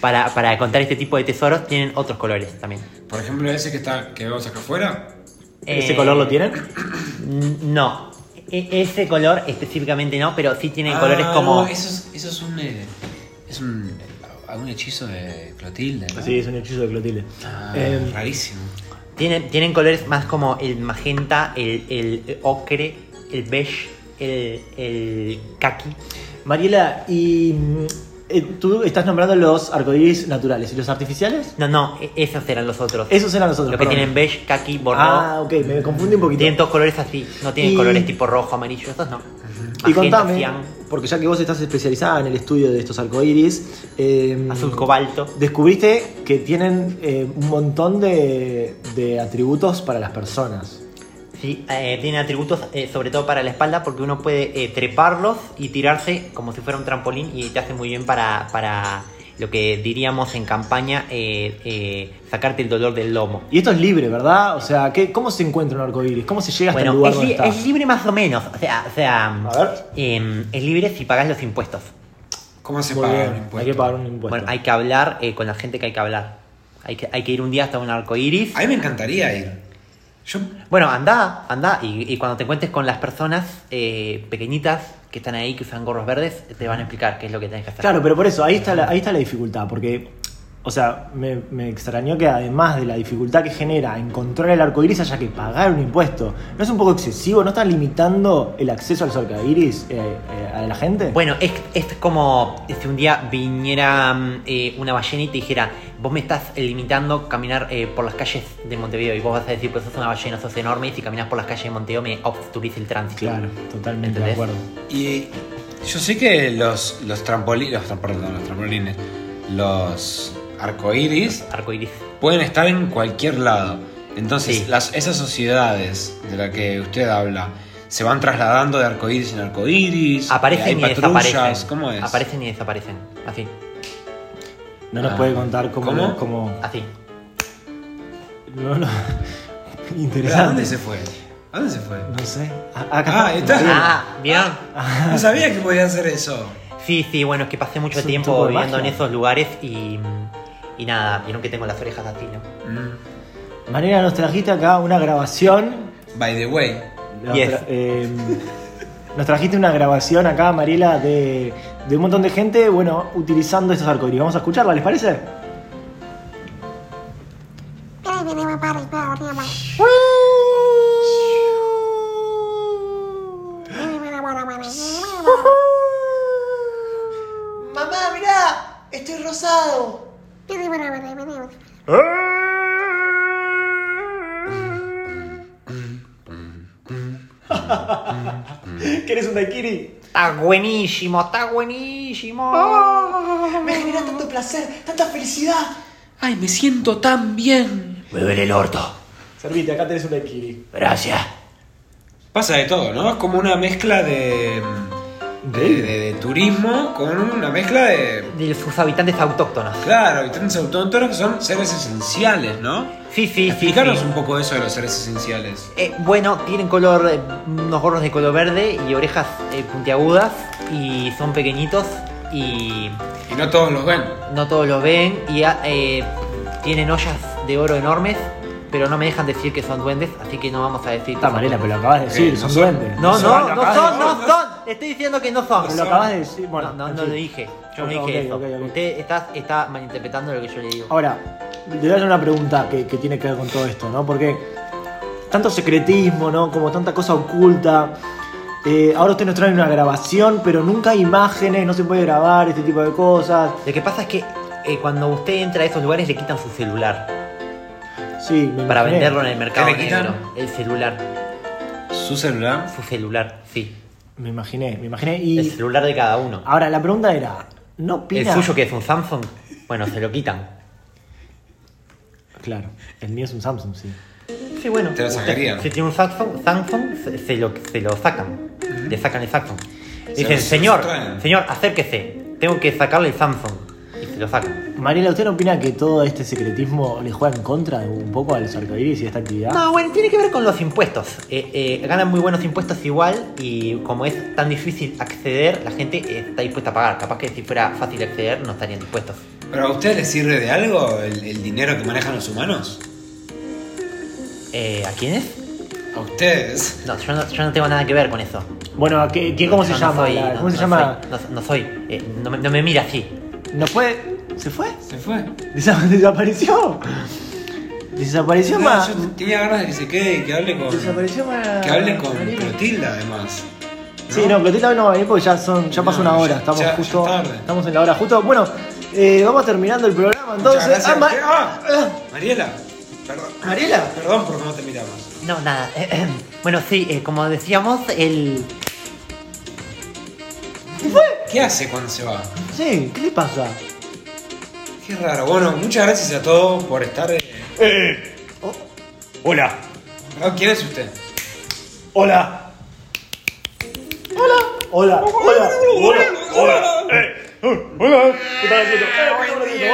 [SPEAKER 12] para, para contar este tipo de tesoros tienen otros colores también.
[SPEAKER 2] Por ejemplo, ese que está que vemos acá afuera.
[SPEAKER 3] ¿Ese
[SPEAKER 12] Eh,
[SPEAKER 3] color lo tienen?
[SPEAKER 12] n- Mm, No. E- ese color específicamente no, pero sí tienen colores
[SPEAKER 2] Ah,
[SPEAKER 12] como.
[SPEAKER 2] no, eso es, eso es un. eh, es un. algún hechizo de Clotilde, ¿no?
[SPEAKER 3] Sí, es un hechizo de Clotilde.
[SPEAKER 2] Ah,
[SPEAKER 3] Em,
[SPEAKER 2] rarísimo.
[SPEAKER 12] Tienen, tienen colores más como el magenta, el, el ocre, el beige, el, el kaki.
[SPEAKER 3] Mariela, y mm, eh, tú estás nombrando los arcoíris naturales. ¿Y los artificiales?
[SPEAKER 12] No, no, e- esos eran los otros.
[SPEAKER 3] Esos eran los otros,
[SPEAKER 12] Los que
[SPEAKER 3] perdón.
[SPEAKER 12] tienen beige, kaki, bordeaux.
[SPEAKER 3] Ah, ok, me confundí un poquito.
[SPEAKER 12] Tienen todos colores así. No tienen
[SPEAKER 3] Y-
[SPEAKER 12] colores tipo rojo, amarillo. Estos no.
[SPEAKER 3] Y
[SPEAKER 12] Magenta,
[SPEAKER 3] contame,
[SPEAKER 12] cian.
[SPEAKER 3] porque ya que vos estás especializada en el estudio de estos arcoíris, eh,
[SPEAKER 12] Azul cobalto.
[SPEAKER 3] descubriste que tienen eh, un montón de, de atributos para las personas.
[SPEAKER 12] Sí, eh, tienen atributos eh, sobre todo para la espalda porque uno puede eh, treparlos y tirarse como si fuera un trampolín y te hace muy bien para, para lo que diríamos en campaña, eh, eh, sacarte el dolor del lomo.
[SPEAKER 3] Y esto es libre, ¿verdad? O sea, ¿qué, ¿cómo se encuentra un arcoíris? ¿Cómo se llega hasta el
[SPEAKER 12] Bueno,
[SPEAKER 3] lugar
[SPEAKER 12] es,
[SPEAKER 3] donde
[SPEAKER 12] li-
[SPEAKER 3] está?
[SPEAKER 12] es libre más o menos, o sea, o sea em, es libre si pagas los impuestos.
[SPEAKER 2] ¿Cómo se
[SPEAKER 3] Muy
[SPEAKER 2] paga
[SPEAKER 3] bien,
[SPEAKER 2] un impuesto?
[SPEAKER 3] Hay que pagar un impuesto.
[SPEAKER 12] Bueno, hay que hablar eh, con la gente que hay que hablar. Hay que, hay que ir un día hasta un arco iris. A
[SPEAKER 2] mí me encantaría ir.
[SPEAKER 12] Bueno, anda, anda. Y, y cuando te encuentres con las personas eh, pequeñitas que están ahí, que usan gorros verdes, te van a explicar qué es lo que tenés que hacer.
[SPEAKER 3] Claro, pero por eso, ahí está la, ahí está la dificultad, porque, o sea, me, me extrañó que además de la dificultad que genera encontrar el arco iris haya que pagar un impuesto. ¿No es un poco excesivo? ¿No está limitando el acceso al arco iris eh, eh, a la gente?
[SPEAKER 12] Bueno, es, es como si un día viniera mm, eh, una ballena y te dijera, vos me estás limitando caminar eh, por las calles de Montevideo y vos vas a decir, pues sos una ballena, sos enorme y si caminas por las calles de Montevideo me obstruís el tránsito.
[SPEAKER 3] Claro, totalmente
[SPEAKER 12] ¿Entendés?
[SPEAKER 3] de acuerdo.
[SPEAKER 2] Y yo sé que los, los trampolines, los, tra- perdón, los trampolines, los arcoíris, pueden estar en cualquier lado. Entonces, las, esas sociedades de las que usted habla se van trasladando de arcoíris en arcoíris. hay
[SPEAKER 12] Aparecen y
[SPEAKER 2] patrullas,
[SPEAKER 12] desaparecen.
[SPEAKER 2] ¿Cómo es?
[SPEAKER 12] Aparecen y desaparecen. Así.
[SPEAKER 3] No nos
[SPEAKER 2] Ah.
[SPEAKER 3] puede contar cómo...
[SPEAKER 2] ¿Cómo?
[SPEAKER 3] cómo-
[SPEAKER 12] Así.
[SPEAKER 3] No, no.
[SPEAKER 2] ¿Pero
[SPEAKER 3] Interesante.
[SPEAKER 2] ¿A dónde se fue? ¿A dónde se fue?
[SPEAKER 3] No sé.
[SPEAKER 2] Ah, está.
[SPEAKER 12] Ah, bien.
[SPEAKER 2] No sabía que podía hacer eso.
[SPEAKER 12] Sí, sí, bueno, es que pasé mucho
[SPEAKER 2] Es un
[SPEAKER 12] tiempo
[SPEAKER 2] truco de
[SPEAKER 12] viviendo en
[SPEAKER 2] magia.
[SPEAKER 12] esos lugares y, y nada, vieron que tengo las orejas así, ¿no?
[SPEAKER 3] Mariela, nos trajiste acá una grabación.
[SPEAKER 2] By the way.
[SPEAKER 3] Nos,
[SPEAKER 12] Yes.
[SPEAKER 3] tra- eh, nos trajiste una grabación acá, Mariela, de, de un montón de gente, bueno, utilizando estos arcoíris. Vamos a escucharla, ¿les parece?
[SPEAKER 13] Mamá, mirá, estoy rosado.
[SPEAKER 3] ¿Quieres un daiquiri?
[SPEAKER 12] Está buenísimo, está buenísimo.
[SPEAKER 13] Me genera tanto placer, tanta felicidad.
[SPEAKER 6] Ay, me siento tan bien.
[SPEAKER 12] Me duele el orto.
[SPEAKER 3] Servite, acá tenés un daiquiri.
[SPEAKER 12] Gracias.
[SPEAKER 2] Pasa de todo, ¿no? Es como una mezcla de. de, de- de turismo con una mezcla de.
[SPEAKER 12] De sus habitantes autóctonos.
[SPEAKER 2] Claro, habitantes autóctonos que son seres esenciales, ¿no?
[SPEAKER 12] Sí, sí,
[SPEAKER 2] Explícanos
[SPEAKER 12] sí.
[SPEAKER 2] un poco eso de los seres esenciales.
[SPEAKER 12] Eh, bueno, tienen color, eh, unos gorros de color verde y orejas eh, puntiagudas y son pequeñitos y...
[SPEAKER 2] Y no todos los ven.
[SPEAKER 12] No todos los ven y ah, eh, tienen ollas de oro enormes, pero no me dejan decir que son duendes, así que no vamos a decir... que
[SPEAKER 3] Está,
[SPEAKER 12] son
[SPEAKER 3] Mariela, pero
[SPEAKER 12] duendes.
[SPEAKER 3] lo acabas de decir, son duendes.
[SPEAKER 12] Eh, No, no,
[SPEAKER 3] lo
[SPEAKER 12] no
[SPEAKER 3] acabas de-
[SPEAKER 12] son, no son. Le estoy diciendo que no son.
[SPEAKER 3] Pero lo acabas de decir, bueno,
[SPEAKER 12] No, no,
[SPEAKER 3] en
[SPEAKER 12] no
[SPEAKER 3] fin.
[SPEAKER 12] lo dije. Yo no
[SPEAKER 3] Ok,
[SPEAKER 12] dije
[SPEAKER 3] ok,
[SPEAKER 12] eso.
[SPEAKER 3] ok, ok.
[SPEAKER 12] Usted está, está malinterpretando lo que yo le digo.
[SPEAKER 3] Ahora, le voy a hacer una pregunta que, que tiene que ver con todo esto, ¿no? Porque tanto secretismo, ¿no? Como tanta cosa oculta. Eh, ahora usted nos trae una grabación, pero nunca hay imágenes, no se puede grabar este tipo de cosas.
[SPEAKER 12] Lo que pasa es que eh, cuando usted entra a esos lugares le quitan su celular
[SPEAKER 3] Sí, me
[SPEAKER 12] para
[SPEAKER 3] imaginé.
[SPEAKER 12] venderlo en el mercado
[SPEAKER 3] ¿Qué le quitan?
[SPEAKER 12] negro. El celular.
[SPEAKER 2] ¿Su celular?
[SPEAKER 12] Su celular, sí.
[SPEAKER 3] Me imaginé, me imaginé. Y
[SPEAKER 12] El celular de cada uno.
[SPEAKER 3] ahora la pregunta era, ¿no
[SPEAKER 12] El
[SPEAKER 3] opina?
[SPEAKER 12] suyo que es un Samsung, bueno, se lo quitan.
[SPEAKER 3] Claro, el mío es un Samsung, sí.
[SPEAKER 12] Sí, bueno.
[SPEAKER 2] Te lo
[SPEAKER 12] usted-
[SPEAKER 2] sacarían.
[SPEAKER 12] Si tiene un Samsung, Samsung se, se lo, se lo sacan. Le sacan el Samsung. Le
[SPEAKER 3] Se
[SPEAKER 12] Dicen,
[SPEAKER 3] lo- se
[SPEAKER 12] señor,
[SPEAKER 3] lo traen".
[SPEAKER 12] señor, acérquese. Tengo que sacarle el Samsung. Y se lo sacan.
[SPEAKER 3] Mariela, ¿usted no opina que todo este secretismo le juega en contra un poco a los arcoíris y a esta actividad?
[SPEAKER 12] No, bueno, tiene que ver con los impuestos. Eh, eh, ganan muy buenos impuestos igual y como es tan difícil acceder, la gente eh, está dispuesta a pagar. Capaz que si fuera fácil acceder, no estarían dispuestos.
[SPEAKER 2] ¿Pero a ustedes les sirve de algo el, el dinero que manejan los humanos?
[SPEAKER 12] Eh, ¿A quiénes?
[SPEAKER 2] A ustedes.
[SPEAKER 12] No yo, no, yo no tengo nada que ver con eso.
[SPEAKER 3] Bueno, ¿a qué- qué- cómo se
[SPEAKER 12] Yo
[SPEAKER 3] llama
[SPEAKER 12] soy-
[SPEAKER 3] la-
[SPEAKER 12] no-
[SPEAKER 3] cómo se
[SPEAKER 12] no
[SPEAKER 3] llama?
[SPEAKER 12] soy- no, no soy. eh, no, me, no me mira así.
[SPEAKER 3] ¿No fue? ¿Se fue?
[SPEAKER 2] Se fue.
[SPEAKER 3] Desa- desapareció. Desapareció
[SPEAKER 2] No,
[SPEAKER 3] más.
[SPEAKER 2] Yo tenía ganas de que se quede y que hable con.
[SPEAKER 3] Desapareció más.
[SPEAKER 2] Que hable con
[SPEAKER 3] Mariela.
[SPEAKER 2] Clotilda, además.
[SPEAKER 3] Sí, no, Clotilda hoy no va a venir porque ya, son, ya pasó una hora. Estamos justo. Estamos en la hora justo. Bueno, eh, vamos terminando el programa
[SPEAKER 14] Muchas
[SPEAKER 3] entonces.
[SPEAKER 14] gracias.
[SPEAKER 3] Ah, Ma-
[SPEAKER 14] Ah, Mariela, perdón.
[SPEAKER 3] Mariela.
[SPEAKER 14] Perdón por no te miramos.
[SPEAKER 12] No, nada. Bueno, sí, eh, como decíamos, el.
[SPEAKER 3] ¿Qué fue?
[SPEAKER 14] ¿Qué hace cuando se va?
[SPEAKER 3] Sí, ¿qué le pasa?
[SPEAKER 14] Qué raro. Bueno, muchas gracias a todos por estar. eh.
[SPEAKER 11] Hola,
[SPEAKER 14] Perdón, ¿Quién es usted?
[SPEAKER 11] hola,
[SPEAKER 3] Hola, hola,
[SPEAKER 11] hola, hola. Eh, hola, ¿qué tal, Cleto? Eh,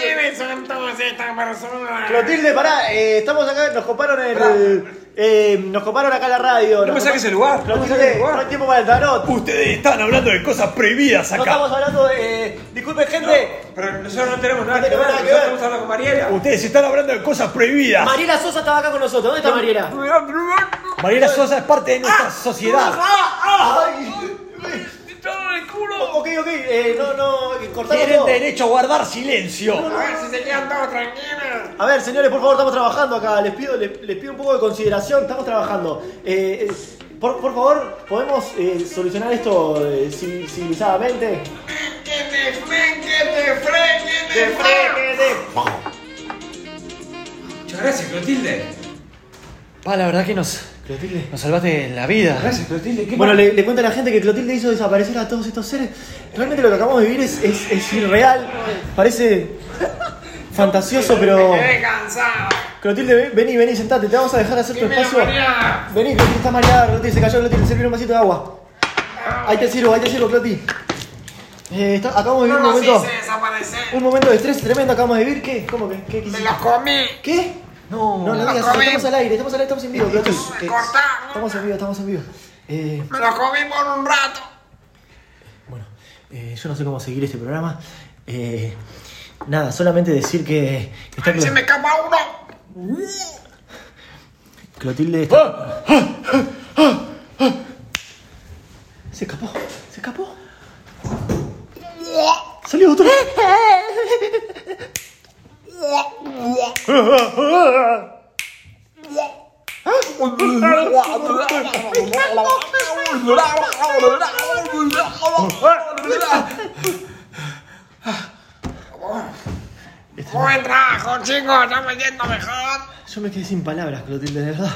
[SPEAKER 2] ¿Quiénes son todas estas personas?
[SPEAKER 3] Clotilde, pará, eh, estamos acá, nos coparon el. eh, nos coparon acá la radio.
[SPEAKER 11] No me saques
[SPEAKER 14] el lugar.
[SPEAKER 3] Clotilde, no hay tiempo para el tarot.
[SPEAKER 11] Ustedes están hablando de cosas prohibidas
[SPEAKER 3] No
[SPEAKER 11] acá.
[SPEAKER 3] estamos hablando de. eh, disculpen, gente.
[SPEAKER 14] pero nosotros no tenemos nada
[SPEAKER 3] que ver, nosotros estamos
[SPEAKER 14] hablando con Mariela.
[SPEAKER 11] Ustedes están hablando de cosas prohibidas.
[SPEAKER 3] Mariela Sosa estaba acá con nosotros. ¿Dónde está Mariela?
[SPEAKER 11] Mariela Sosa es parte de nuestra sociedad.
[SPEAKER 3] Ok, ok, eh, no, no, cortamos
[SPEAKER 11] Tienen
[SPEAKER 3] todo.
[SPEAKER 11] derecho a guardar silencio.
[SPEAKER 2] A ver si se quedan todos tranquilos.
[SPEAKER 3] A ver, señores, por favor, estamos trabajando acá. Les pido, les, les pido un poco de consideración. Estamos trabajando. Eh, eh, por, por favor, ¿podemos eh, solucionar esto eh, civil- civilizadamente?
[SPEAKER 2] Que te fren, que te fren, que te
[SPEAKER 14] Muchas gracias, Clotilde.
[SPEAKER 4] Pa, Ah, la verdad que nos. Nos salvaste la vida.
[SPEAKER 14] Gracias, Clotilde. ¿Qué
[SPEAKER 3] Bueno,
[SPEAKER 4] más?
[SPEAKER 3] le, le cuento a la gente que Clotilde hizo desaparecer a todos estos seres. Realmente lo que acabamos de vivir es, es, es irreal. Parece fantasioso, pero.
[SPEAKER 2] cansado.
[SPEAKER 3] Clotilde, ven- vení, vení, sentate. Te vamos a dejar hacer tu
[SPEAKER 2] Dime,
[SPEAKER 3] espacio.
[SPEAKER 2] María.
[SPEAKER 3] Vení, Clotilde, está mareada. Clotilde se cayó, Clotilde, servir un vasito de agua. Ahí te sirvo, ahí te sirvo, Clotilde. Eh, está- acabamos de
[SPEAKER 2] No
[SPEAKER 3] vivir un
[SPEAKER 2] los
[SPEAKER 3] momento.
[SPEAKER 2] hice desaparecer.
[SPEAKER 3] Un momento de estrés tremendo acabamos de vivir. ¿Qué? ¿Cómo que? ¿Qué? ¿Qué?
[SPEAKER 2] Me
[SPEAKER 3] hiciste?
[SPEAKER 2] los comí.
[SPEAKER 3] ¿Qué? No, no,
[SPEAKER 2] Me
[SPEAKER 3] no
[SPEAKER 2] los
[SPEAKER 3] digas,
[SPEAKER 2] comí.
[SPEAKER 3] estamos al aire, estamos al aire, estamos en vivo, Clotilde.
[SPEAKER 2] Me
[SPEAKER 3] Eh,
[SPEAKER 2] cortaron.
[SPEAKER 3] Estamos en vivo, estamos en vivo. Eh,
[SPEAKER 2] Me los comí por un rato.
[SPEAKER 3] Eh, yo no sé cómo seguir este programa. Eh, nada, solamente decir que está
[SPEAKER 2] Se
[SPEAKER 3] Clo-
[SPEAKER 2] me escapa uno.
[SPEAKER 3] Clotilde
[SPEAKER 2] Ah,
[SPEAKER 3] está... Se escapó, se escapó.
[SPEAKER 2] ¿Eh?
[SPEAKER 3] Salió otro.
[SPEAKER 2] Buen trabajo, chicos. Estamos yendo mejor.
[SPEAKER 3] Yo me quedé sin palabras, Clotilde, de verdad.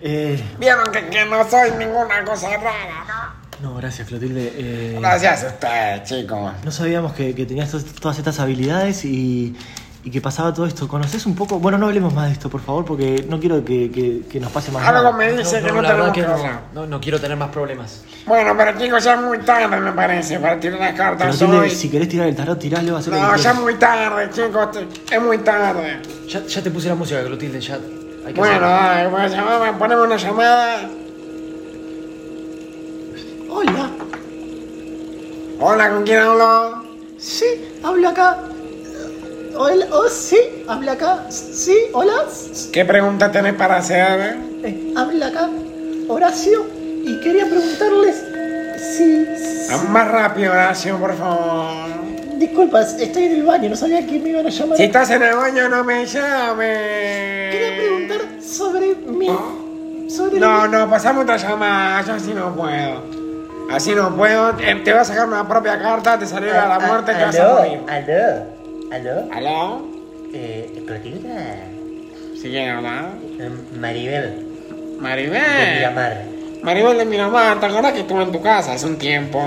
[SPEAKER 3] Eh,
[SPEAKER 2] Vieron que, que no soy ninguna cosa rara, ¿no?
[SPEAKER 3] no, gracias, Clotilde. eh,
[SPEAKER 2] Gracias a ustedes, chicos.
[SPEAKER 3] No sabíamos que, que tenías to- todas estas habilidades y, y que pasaba todo esto. ¿Conoces un poco? Bueno, no hablemos más de esto, por favor, porque no quiero que, que- que nos pase más nada.
[SPEAKER 2] Algo me dice que no tenemos que hablar.
[SPEAKER 4] no, no, no quiero tener más problemas.
[SPEAKER 2] Bueno, pero chicos, ya es muy tarde, me parece, para tirar las cartas
[SPEAKER 3] Clotilde,
[SPEAKER 2] hoy.
[SPEAKER 3] si querés tirar el tarot, tiralo, hacelo
[SPEAKER 2] No, ya es muy tarde, chicos, te- es muy tarde.
[SPEAKER 4] Ya, ya te puse la música, Clotilde, ya. Hay que
[SPEAKER 2] Bueno,
[SPEAKER 4] hacerlo.
[SPEAKER 2] dale, voy a llamar, ponemos una llamada.
[SPEAKER 3] Hola,
[SPEAKER 2] Hola, ¿con quién hablo?
[SPEAKER 3] sí, habla acá. Hola, oh, sí, habla acá. Sí, hola.
[SPEAKER 2] ¿Qué pregunta tenés para hacer?
[SPEAKER 3] Eh, habla acá, Horacio. Y quería preguntarles si...
[SPEAKER 2] Más rápido, Horacio, por favor.
[SPEAKER 3] Disculpas, estoy en el baño, no sabía que me iban a llamar.
[SPEAKER 2] Si estás en el baño, no me llames.
[SPEAKER 3] Quería preguntar sobre mi... Sobre
[SPEAKER 2] No,
[SPEAKER 3] mi-
[SPEAKER 2] no, pasame otra llamada, yo así no puedo. Así no puedo, eh, te vas a sacar una propia carta, te salió la
[SPEAKER 12] Ah,
[SPEAKER 2] muerte, te vas a
[SPEAKER 12] aló,
[SPEAKER 2] morir.
[SPEAKER 12] Aló, aló.
[SPEAKER 2] ¿Aló?
[SPEAKER 12] Eh, Clotilda.
[SPEAKER 2] ¿Sí quién habla?
[SPEAKER 12] Maribel.
[SPEAKER 2] Maribel.
[SPEAKER 12] De Miramar.
[SPEAKER 2] Maribel de Miramar, ¿te acordás que estuve en tu casa hace un tiempo?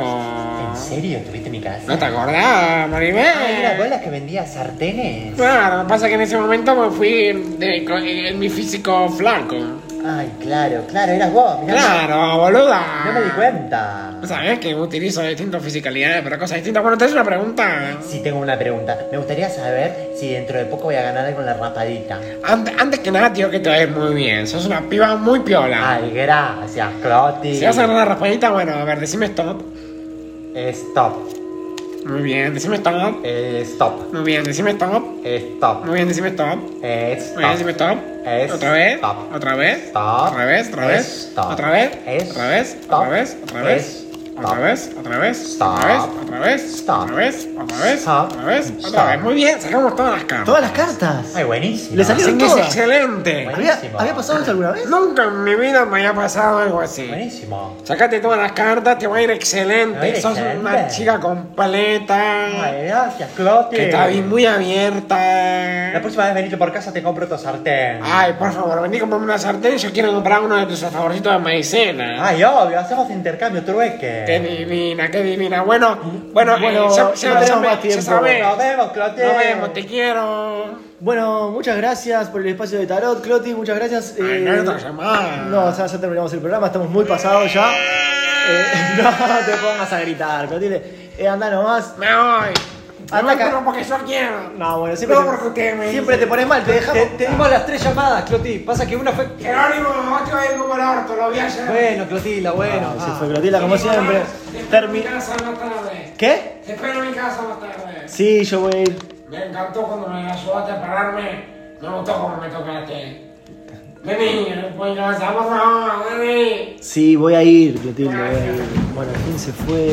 [SPEAKER 12] ¿En serio? ¿Estuviste en mi casa?
[SPEAKER 2] ¿No te acordás, Maribel?
[SPEAKER 12] Ah, era vos la que vendía sartenes.
[SPEAKER 2] Claro, lo que pasa es que en ese momento me fui de- con- en mi físico flaco.
[SPEAKER 12] Ay, claro, claro, eras vos. mirá.
[SPEAKER 2] Claro, boluda.
[SPEAKER 12] No me di cuenta.
[SPEAKER 2] ¿Sabes que utilizo distintas fisicalidades para cosas distintas? Bueno, te hago una pregunta.
[SPEAKER 12] Sí, tengo una pregunta. Me gustaría saber si dentro de poco voy a ganar algo en la rapadita.
[SPEAKER 2] Antes, antes que nada, tío, que te va a ir muy bien. Sos una piba muy piola.
[SPEAKER 12] Ay, gracias, Cloti.
[SPEAKER 2] Si vas a ganar la raspadita, bueno, a ver, decime stop.
[SPEAKER 12] Stop.
[SPEAKER 2] Muy bien, decime stop.
[SPEAKER 3] eh,
[SPEAKER 12] stop.
[SPEAKER 2] Muy bien, decime stop.
[SPEAKER 12] Stop.
[SPEAKER 2] Muy bien, decime stop.
[SPEAKER 3] eh,
[SPEAKER 12] Stop.
[SPEAKER 2] Muy bien, decime stop. Otra vez. Otra vez.
[SPEAKER 12] Stop.
[SPEAKER 2] Otra vez, otra vez.
[SPEAKER 12] Stop.
[SPEAKER 2] Otra vez. Otra vez. Otra vez. Otra vez. Otra vez, otra vez, otra vez, otra vez, otra vez, otra vez, otra vez, otra vez. Muy bien, sacamos todas las cartas.
[SPEAKER 3] Todas las cartas.
[SPEAKER 12] Ay, buenísimo.
[SPEAKER 3] Le salieron
[SPEAKER 2] Así que es
[SPEAKER 3] todas.
[SPEAKER 2] excelente.
[SPEAKER 3] ¿Había, había pasado esto alguna vez?
[SPEAKER 2] Nunca en mi vida me había pasado algo así. Buenísimo. Sacate todas las cartas, te va a ir excelente.
[SPEAKER 12] Va a ir
[SPEAKER 2] Sos
[SPEAKER 12] excelente.
[SPEAKER 2] una chica completa.
[SPEAKER 12] Ay, gracias, Clote.
[SPEAKER 2] Que está bien, muy abierta.
[SPEAKER 12] La próxima vez venite por casa te compro otro sartén.
[SPEAKER 2] Ay, por favor, vení a comprarme una sartén. Yo quiero comprar uno de tus favoritos de maicena.
[SPEAKER 12] Ay, obvio, hacemos intercambio, trueque.
[SPEAKER 2] Qué divina, qué divina. Bueno, bueno,
[SPEAKER 3] Bueno,
[SPEAKER 2] eh, ya, ya
[SPEAKER 3] no
[SPEAKER 2] te-
[SPEAKER 3] tenemos más
[SPEAKER 2] ya
[SPEAKER 3] tiempo.
[SPEAKER 2] sabés.
[SPEAKER 3] Nos
[SPEAKER 12] vemos, Clote.
[SPEAKER 2] Nos vemos, te quiero.
[SPEAKER 3] Bueno, muchas gracias por el espacio de Tarot, Cloti, muchas gracias. eh,
[SPEAKER 2] Ay, no hay otra llamada.
[SPEAKER 3] No, ya, ya terminamos el programa, estamos muy pasados ya. Eh, no te pongas a gritar, Clotilde. Eh, anda nomás.
[SPEAKER 2] Me voy.
[SPEAKER 3] Anda acá.
[SPEAKER 2] No, porque yo quiero.
[SPEAKER 3] No, bueno, siempre,
[SPEAKER 2] No, porque usted me
[SPEAKER 3] te, siempre te pones mal, te dejamos.
[SPEAKER 4] Tenemos las tres llamadas, Cloti. Pasa que una fue.
[SPEAKER 2] Jerónimo, vos te vas a ir como el orto, lo voy a hacer.
[SPEAKER 4] Bueno, Clotila, bueno.
[SPEAKER 3] Se Ah, fue Clotilde como siempre.
[SPEAKER 2] mi casa más tarde.
[SPEAKER 3] ¿Qué?
[SPEAKER 2] Te espero en mi casa más tarde.
[SPEAKER 3] Sí, yo voy a ir.
[SPEAKER 2] Me encantó cuando me ayudaste a pararme. Me gustó como me tocaste. Vení, pues nos vamos a vení.
[SPEAKER 3] Sí, voy a ir, Clotilde, voy a ir. Bueno, al fin se fue.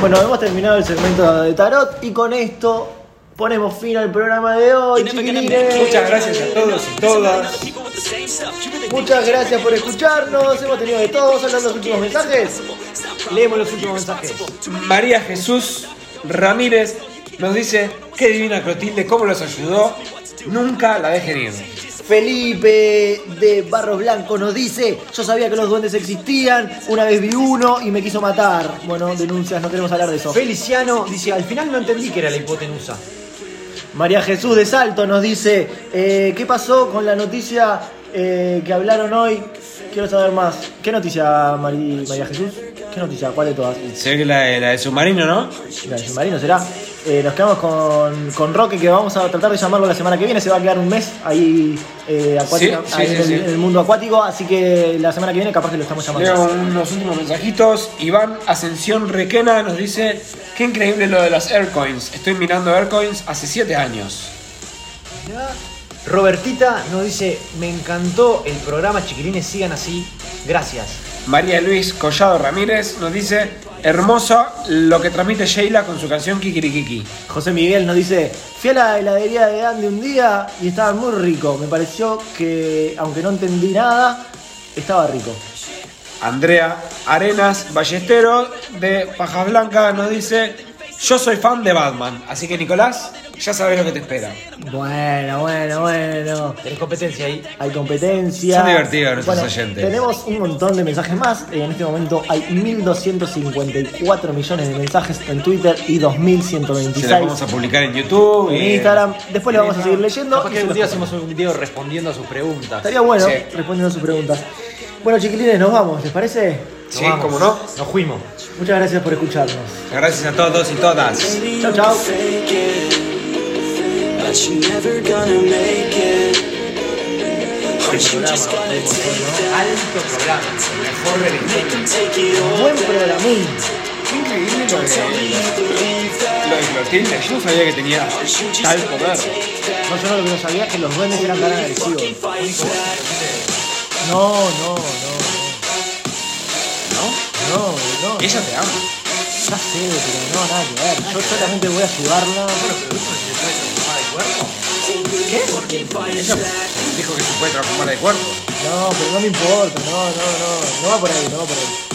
[SPEAKER 3] Bueno, hemos terminado el segmento de tarot y con esto ponemos fin al programa de hoy. chiquilines.
[SPEAKER 1] Muchas
[SPEAKER 2] gracias a todos y todas.
[SPEAKER 3] Muchas gracias por escucharnos. Hemos tenido de todos. Son los últimos mensajes.
[SPEAKER 4] Leemos los últimos mensajes.
[SPEAKER 2] María Jesús Ramírez nos dice, qué divina Clotilde, cómo los ayudó. Nunca la dejen ir.
[SPEAKER 3] Felipe de Barros Blancos nos dice: Yo sabía que los duendes existían. Una vez vi uno y me quiso matar. Bueno, denuncias, no queremos hablar de eso.
[SPEAKER 4] Feliciano dice, al final no entendí que era la hipotenusa.
[SPEAKER 3] María Jesús de Salto nos dice, eh, ¿qué pasó con la noticia eh, que hablaron hoy? Quiero saber más. ¿Qué noticia, Mari- María Jesús? ¿Qué noticia? ¿Cuál de todas?
[SPEAKER 2] Sé que la, la del submarino, ¿no?
[SPEAKER 3] La del submarino será. Eh, nos quedamos con, con Roque, que vamos a tratar de llamarlo la semana que viene. Se va a quedar un mes ahí, eh, acuática-
[SPEAKER 2] Sí, sí,
[SPEAKER 3] ahí
[SPEAKER 2] sí,
[SPEAKER 3] en, el,
[SPEAKER 2] sí.
[SPEAKER 3] en el mundo acuático. Así que la semana que viene capaz que lo estamos llamando.
[SPEAKER 2] Leo unos últimos mensajitos. Iván Ascensión Requena nos dice, qué increíble lo de las Aircoins. Estoy mirando Aircoins hace 7 años.
[SPEAKER 4] Robertita nos dice, me encantó el programa, chiquilines, sigan así. Gracias.
[SPEAKER 2] María Luis Collado Ramírez nos dice, hermoso lo que transmite Sheila con su canción Kikirikiki.
[SPEAKER 3] José Miguel nos dice, fui a la heladería de Andy un día y estaba muy rico. Me pareció que, aunque no entendí nada, estaba rico.
[SPEAKER 2] Andrea Arenas Ballestero de Pajas Blancas nos dice, yo soy fan de Batman, así que Nicolás, ya sabes lo que te espera.
[SPEAKER 3] Bueno, bueno, bueno.
[SPEAKER 4] Tenés competencia ahí.
[SPEAKER 3] Hay competencia.
[SPEAKER 2] Son divertidos nuestros oyentes.
[SPEAKER 3] Tenemos un montón de mensajes más. En este momento hay 1.254 millones de mensajes en Twitter y
[SPEAKER 2] Se las vamos a
[SPEAKER 3] 2.126
[SPEAKER 2] publicar en YouTube.
[SPEAKER 3] en
[SPEAKER 2] eh,
[SPEAKER 3] Instagram. Después le vamos a seguir leyendo.
[SPEAKER 4] Capaz
[SPEAKER 3] y
[SPEAKER 4] que
[SPEAKER 3] se
[SPEAKER 4] un
[SPEAKER 3] los
[SPEAKER 4] día
[SPEAKER 3] comento.
[SPEAKER 4] hacemos un video respondiendo a sus preguntas.
[SPEAKER 3] Estaría bueno
[SPEAKER 2] Sí.
[SPEAKER 3] respondiendo a sus preguntas. Bueno, chiquilines, nos vamos, ¿les parece?
[SPEAKER 4] Nos
[SPEAKER 2] Sí,
[SPEAKER 4] vamos.
[SPEAKER 2] como no.
[SPEAKER 4] Nos fuimos.
[SPEAKER 3] Muchas gracias por escucharnos.
[SPEAKER 2] Gracias a todos y todas.
[SPEAKER 3] Chao, chao.
[SPEAKER 1] fake it, but you're never gonna make it.
[SPEAKER 3] Este
[SPEAKER 1] Aren't you just gonna take that? Make them take it all.
[SPEAKER 3] Buen programín.
[SPEAKER 2] Qué increíble lo de, lo de Clotilde. Yo no sabía que tenía tal poder.
[SPEAKER 3] No, yo no lo que no sabía es que los duendes eran tan agresivos. No, no, no. ¿No? No, no.
[SPEAKER 2] Ella te ama.
[SPEAKER 3] Ya sé, pero no, nada que ver. Yo solamente voy a ayudarla.
[SPEAKER 2] Dijo que se puede transformar de cuerpo.
[SPEAKER 3] No, pero no me importa. No, no, no. No va por ahí, no va por ahí.